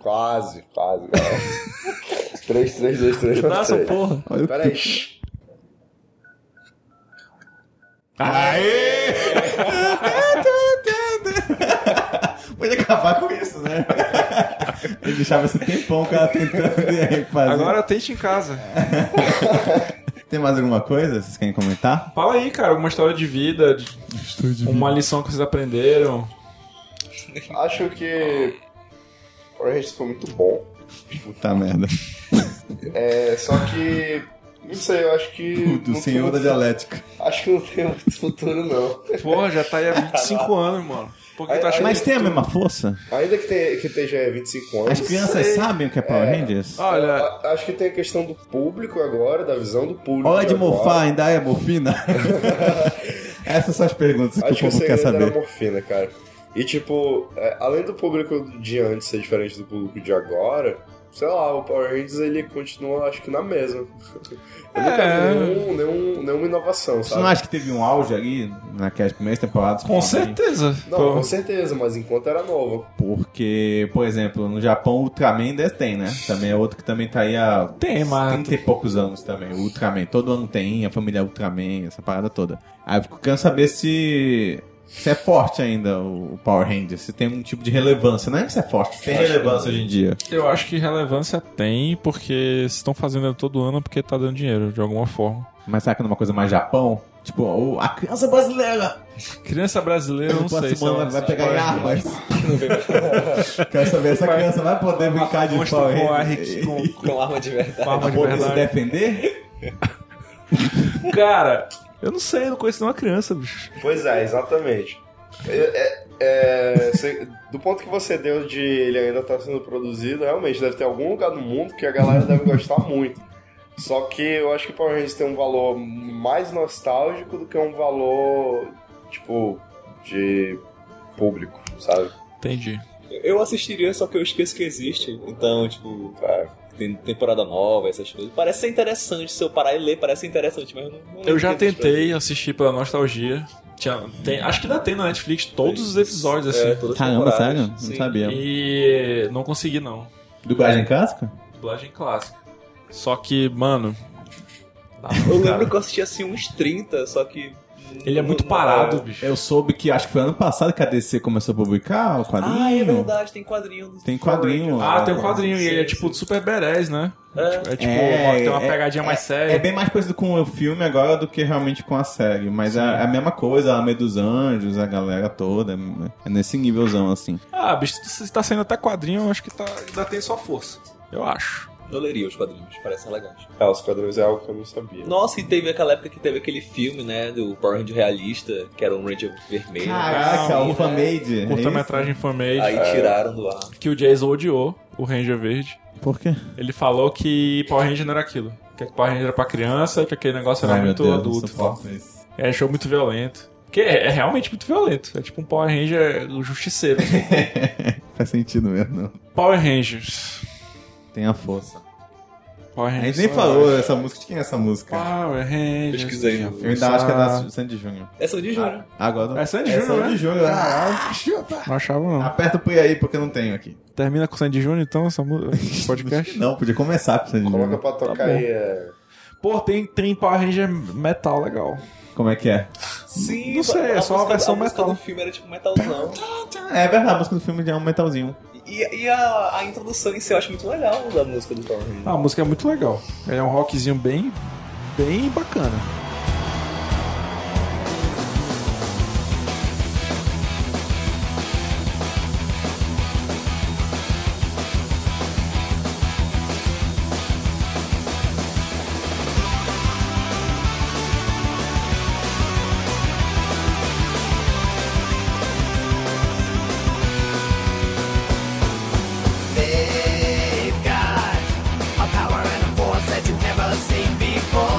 [SPEAKER 6] Quase, quase, é. galera. 3, 3, 2, 3, 2,
[SPEAKER 4] Nossa,
[SPEAKER 6] 3.
[SPEAKER 4] porra.
[SPEAKER 3] Olha o
[SPEAKER 6] Peraí.
[SPEAKER 3] Aê! Podia acabar com isso, né? Ele deixava esse tempão que ela tentando fazer.
[SPEAKER 4] Agora tente em casa.
[SPEAKER 3] Tem mais alguma coisa? Vocês querem comentar?
[SPEAKER 4] Fala aí, cara, alguma história de vida, de- uma lição que vocês aprenderam.
[SPEAKER 6] Acho que... Power Rangers foi muito bom.
[SPEAKER 3] Puta merda.
[SPEAKER 6] É, só que Não sei, eu acho que.
[SPEAKER 3] Do, do
[SPEAKER 6] não
[SPEAKER 3] Senhor da
[SPEAKER 6] tem-
[SPEAKER 3] Dialética.
[SPEAKER 6] Acho que não tem muito futuro, não.
[SPEAKER 4] Porra, já tá aí há 25 anos, mano. Por que
[SPEAKER 6] Aí-
[SPEAKER 4] tu acha
[SPEAKER 6] aí-
[SPEAKER 3] Mas tem a mesma força?
[SPEAKER 6] Ainda que, tenha, é que esteja 25 anos.
[SPEAKER 3] As crianças
[SPEAKER 6] sei.
[SPEAKER 3] sabem o que é Power Rangers?
[SPEAKER 4] Olha,
[SPEAKER 6] A- Acho que tem a questão do público agora, da visão do público.
[SPEAKER 3] Hora de
[SPEAKER 6] agora.
[SPEAKER 3] morfar ainda é morfina? Essas são as perguntas que
[SPEAKER 6] Acho
[SPEAKER 3] o
[SPEAKER 6] que o
[SPEAKER 3] povo quer
[SPEAKER 6] segredo era a
[SPEAKER 3] saber.
[SPEAKER 6] morfina, cara. E tipo, é, além do público de antes ser diferente do público de agora, sei lá, o Power Rangers ele continua, acho que na mesma. Eu
[SPEAKER 4] É.
[SPEAKER 6] nunca vi nenhum, nenhum- nenhuma inovação,
[SPEAKER 3] Você
[SPEAKER 6] sabe?
[SPEAKER 3] não acha que teve um auge ali naquelas primeiras temporadas?
[SPEAKER 4] com certeza.
[SPEAKER 6] Não,
[SPEAKER 4] Pô.
[SPEAKER 6] com certeza, mas enquanto era novo.
[SPEAKER 3] Porque, por exemplo, no Japão o Ultraman ainda tem, né? Também é outro que também tá aí há
[SPEAKER 4] Tem, mas-
[SPEAKER 3] 30 e poucos anos também. O Ultraman. Todo ano tem, a família Ultraman, essa parada toda. Aí eu fico querendo saber se. Se é forte ainda o Power Rangers, se tem um tipo de relevância. Não é que se é forte, tem relevância hoje em dia.
[SPEAKER 4] Eu acho que relevância tem, porque se estão fazendo todo ano é porque tá dando dinheiro, de alguma forma.
[SPEAKER 3] Mas será que é uma coisa mais Japão? Tipo, o- a criança brasileira!
[SPEAKER 4] Criança brasileira, eu não sei. se
[SPEAKER 3] semana
[SPEAKER 4] ela-
[SPEAKER 3] vai pegar em armas. Quero saber se a criança vai poder brincar de
[SPEAKER 4] Mostra
[SPEAKER 3] Power
[SPEAKER 4] com, a,
[SPEAKER 3] Rangers.
[SPEAKER 4] com,
[SPEAKER 5] Com arma de verdade.
[SPEAKER 4] com arma de
[SPEAKER 3] Poder se
[SPEAKER 4] verdade.
[SPEAKER 3] defender?
[SPEAKER 4] Cara, eu não sei, eu não conheço nenhuma criança, bicho.
[SPEAKER 6] Pois é, exatamente. É- é- é, cê- do ponto que você deu de ele ainda estar sendo produzido, realmente deve ter algum lugar no mundo que a galera deve gostar muito. Só que eu acho que Power Rangers tem um valor mais nostálgico do que um valor, tipo, de público, sabe?
[SPEAKER 4] Entendi.
[SPEAKER 5] Eu assistiria, só que eu esqueço que existe. Então, tipo,
[SPEAKER 6] É.
[SPEAKER 5] tem temporada nova, essas coisas. Parece ser interessante. Se eu parar e ler, parece ser interessante, mas eu não. não
[SPEAKER 4] Eu
[SPEAKER 5] lembro
[SPEAKER 4] já
[SPEAKER 5] que existe
[SPEAKER 4] tentei assistir pela nostalgia. Tinha- tem- acho que ainda tem na Netflix todos os episódios,
[SPEAKER 5] pra- É,
[SPEAKER 4] assim.
[SPEAKER 5] todas as
[SPEAKER 3] Caramba,
[SPEAKER 5] temporadas,
[SPEAKER 3] sério? Não
[SPEAKER 5] sim.
[SPEAKER 3] sabia.
[SPEAKER 4] E não consegui, não.
[SPEAKER 3] Dublagem clássica?
[SPEAKER 4] Dublagem clássica. Só que, mano. dá
[SPEAKER 5] Eu
[SPEAKER 4] pra-
[SPEAKER 5] lembro que eu assisti assim uns 30, só que.
[SPEAKER 4] Ele é
[SPEAKER 5] não-
[SPEAKER 4] muito
[SPEAKER 5] não-
[SPEAKER 4] parado, bicho.
[SPEAKER 3] Eu soube que acho que foi ano passado que a DC começou a publicar o quadrinho.
[SPEAKER 5] Ah, é verdade, tem quadrinho. do
[SPEAKER 3] Tem quadrinho.
[SPEAKER 5] Power Rangers.
[SPEAKER 4] Ah, tem um quadrinho e
[SPEAKER 5] Sim,
[SPEAKER 4] ele é
[SPEAKER 5] sim.
[SPEAKER 4] tipo super berés, né?
[SPEAKER 5] É.
[SPEAKER 4] É tipo,
[SPEAKER 3] É,
[SPEAKER 4] uma- tem uma
[SPEAKER 3] é-
[SPEAKER 4] pegadinha mais séria.
[SPEAKER 3] É bem mais parecido com o filme agora do que realmente com a série. Mas é é a mesma coisa, a Meia dos Anjos, a galera toda. É nesse nívelzão, assim.
[SPEAKER 4] Ah, bicho, se tá saindo até quadrinho, eu acho que tá, ainda tem sua força. Eu acho.
[SPEAKER 5] Eu leria os quadrinhos, parecem legais.
[SPEAKER 6] É, os quadrinhos é algo que eu não sabia.
[SPEAKER 5] Nossa, e teve aquela época que teve aquele filme, né, do Power Ranger Realista, que era um Ranger vermelho.
[SPEAKER 3] Caraca, é
[SPEAKER 5] Assim,
[SPEAKER 3] o
[SPEAKER 5] né?
[SPEAKER 3] Famade.
[SPEAKER 4] Curta-metragem fanmade é,
[SPEAKER 5] Aí tiraram do ar.
[SPEAKER 4] que o Jason odiou, o Ranger Verde.
[SPEAKER 3] Por quê?
[SPEAKER 4] Ele falou que Power Ranger não era aquilo. Que Power Ranger era pra criança, que aquele negócio era
[SPEAKER 3] Ai, meu
[SPEAKER 4] muito
[SPEAKER 3] Deus, não
[SPEAKER 4] Tá adulto.
[SPEAKER 3] suporto isso. é
[SPEAKER 4] Ele achou muito violento. Porque é, é realmente muito violento. É tipo um Power Ranger justiceiro.
[SPEAKER 3] Faz sentido mesmo, não.
[SPEAKER 4] Power Rangers.
[SPEAKER 3] Tem a força.
[SPEAKER 4] Power
[SPEAKER 3] A
[SPEAKER 4] Rangers.
[SPEAKER 3] gente nem falou essa música. De quem é essa música?
[SPEAKER 4] Power Rangers.
[SPEAKER 5] Pesquisei no-
[SPEAKER 3] Eu ainda acho que é da Sandy Júnior.
[SPEAKER 5] Essa é de Júnior.
[SPEAKER 3] Agora.
[SPEAKER 4] É Sandy
[SPEAKER 3] É
[SPEAKER 4] Júnior,
[SPEAKER 3] Sandy
[SPEAKER 4] né?
[SPEAKER 3] Júnior. Ah, chupa.
[SPEAKER 4] Não achava não.
[SPEAKER 3] Aperta o play aí, porque eu não tenho aqui.
[SPEAKER 4] Termina com o Sandy Júnior, então, essa mu- esse podcast?
[SPEAKER 3] Não, podia começar com Sandy
[SPEAKER 6] Coloca
[SPEAKER 3] Júnior.
[SPEAKER 6] pra tocar
[SPEAKER 4] Tá bom.
[SPEAKER 6] aí. É...
[SPEAKER 4] Pô, tem, tem Power Ranger metal legal.
[SPEAKER 3] Como é que é?
[SPEAKER 5] Sim,
[SPEAKER 4] Não sei,
[SPEAKER 5] a
[SPEAKER 4] é só uma
[SPEAKER 5] música-
[SPEAKER 4] versão
[SPEAKER 5] a música
[SPEAKER 4] metal.
[SPEAKER 5] do filme era tipo metalzão.
[SPEAKER 3] É verdade, a música do filme é um metalzinho.
[SPEAKER 5] E, e a, a introdução em si eu acho muito legal da música do Power Ranger.
[SPEAKER 4] Ah, a música é muito legal. É um rockzinho bem, bem bacana.
[SPEAKER 8] They've got a power and a force that you've never seen before.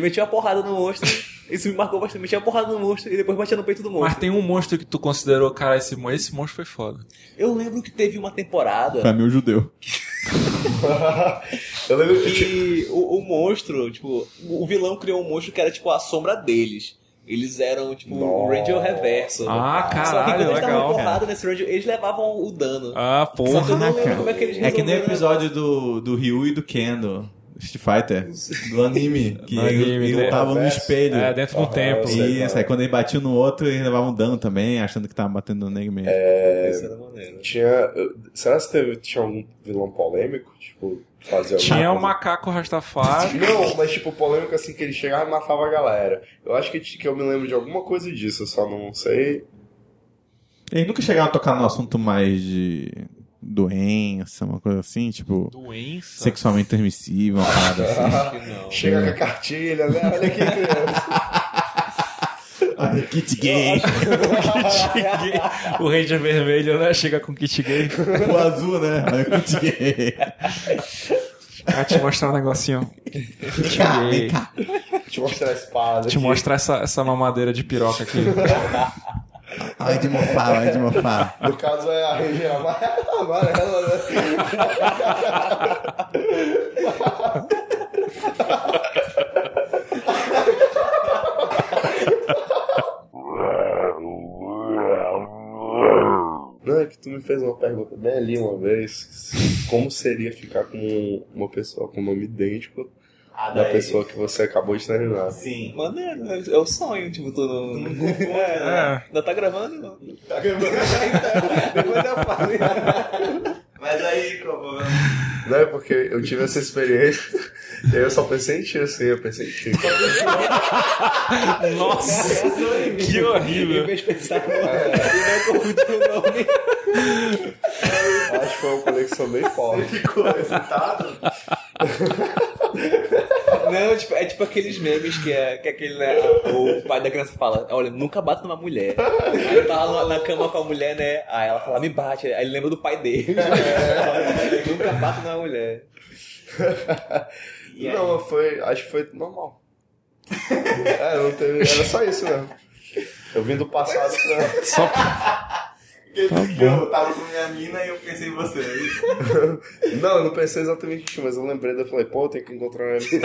[SPEAKER 5] metia uma porrada no monstro. Isso me marcou bastante. Metia uma porrada no monstro e depois batia no peito do
[SPEAKER 7] Mas
[SPEAKER 5] monstro.
[SPEAKER 7] tem um monstro que tu considerou, cara, esse, mon- esse monstro foi foda.
[SPEAKER 5] Eu lembro que teve uma temporada
[SPEAKER 3] Pra mim, o judeu.
[SPEAKER 6] Eu lembro que
[SPEAKER 5] que o, o monstro, tipo, o vilão criou um monstro que era tipo a sombra deles. Eles eram, tipo, o
[SPEAKER 6] Nossa.
[SPEAKER 5] Ranger Reverso.
[SPEAKER 7] Ah,
[SPEAKER 5] Só que quando
[SPEAKER 7] caralho,
[SPEAKER 5] eles davam
[SPEAKER 7] legal.
[SPEAKER 5] porrada nesse Ranger, eles levavam o dano.
[SPEAKER 7] Ah,
[SPEAKER 5] Só que eu
[SPEAKER 7] porra.
[SPEAKER 5] não
[SPEAKER 3] né,
[SPEAKER 5] lembro
[SPEAKER 3] cara?
[SPEAKER 5] como é que eles
[SPEAKER 3] É que nem o
[SPEAKER 5] resolveram.
[SPEAKER 3] episódio do, do Ryu e do Ken, do Street Fighter, do anime, que
[SPEAKER 7] No anime,
[SPEAKER 3] eles
[SPEAKER 7] né?
[SPEAKER 3] lutavam no
[SPEAKER 6] Reverso.
[SPEAKER 3] espelho.
[SPEAKER 7] É, dentro do
[SPEAKER 6] Aham,
[SPEAKER 7] templo.
[SPEAKER 6] eu sei,
[SPEAKER 3] Isso, aí quando ele batia no outro, ele levava um dano também, achando que tava batendo no nego mesmo.
[SPEAKER 5] Isso era maneiro.
[SPEAKER 6] tinha. Será que teve, tinha algum vilão polêmico? Tipo, fazer alguma
[SPEAKER 7] Tinha o
[SPEAKER 6] coisa?
[SPEAKER 7] macaco Rastafari.
[SPEAKER 6] Não, mas tipo, polêmico assim que ele chegava e matava a galera. Eu acho que, que eu me lembro de alguma coisa disso, eu só não sei.
[SPEAKER 3] Eles nunca chegaram a tocar no assunto mais de doença, uma coisa assim, tipo,
[SPEAKER 7] Doença.
[SPEAKER 3] sexualmente transmissível, uma parada assim.
[SPEAKER 5] Acho que não.
[SPEAKER 6] Chega com a cartilha, né? Olha que criança.
[SPEAKER 3] Olha, kit gay,
[SPEAKER 7] o Ranger Vermelho, né? Chega com kit gay.
[SPEAKER 3] o azul, né? Olha, kit gay.
[SPEAKER 7] Vai te mostrar um negocinho. Kit gay.
[SPEAKER 6] Te mostrar a espada.
[SPEAKER 7] Te
[SPEAKER 6] aqui.
[SPEAKER 7] mostrar essa, essa mamadeira de piroca aqui.
[SPEAKER 3] Olha de mofar, olha de mofar.
[SPEAKER 6] No caso é a Ranger amarela, amarela, né? Não, é que tu me fez uma pergunta bem ali uma vez. Como seria ficar com uma pessoa com nome idêntico da pessoa que você acabou de terminar?
[SPEAKER 3] Sim.
[SPEAKER 5] Maneiro, é é o sonho, tipo, tu não. É, né? Ainda tá gravando? Não.
[SPEAKER 6] Tá gravando Depois eu falo.
[SPEAKER 3] Mas aí, como...
[SPEAKER 6] Não é porque eu tive essa experiência e aí eu só pensei em ti, assim, eu pensei em ti.
[SPEAKER 7] Nossa, que horrível.
[SPEAKER 5] fez pensar que não confundiu o nome.
[SPEAKER 6] Acho que foi uma conexão bem forte.
[SPEAKER 3] Ficou excitado?
[SPEAKER 5] Não, tipo, é tipo aqueles memes que é, que é aquele, né? O pai da criança fala: Olha, nunca bata numa mulher. Aí ele tá lá na cama com a mulher, né? Aí ela fala: Me bate. Aí ele lembra do pai dele. nunca bata numa mulher. E aí?
[SPEAKER 6] Não, foi. Acho que foi normal. É, não teve. Era só isso mesmo. Eu vim do passado pra.
[SPEAKER 7] Só
[SPEAKER 3] Eu tava com minha mina e eu pensei em você. é
[SPEAKER 6] Não, eu não pensei um exatamente em ti, mas eu lembrei daí eu falei, pô, eu tenho que encontrar uma amiga.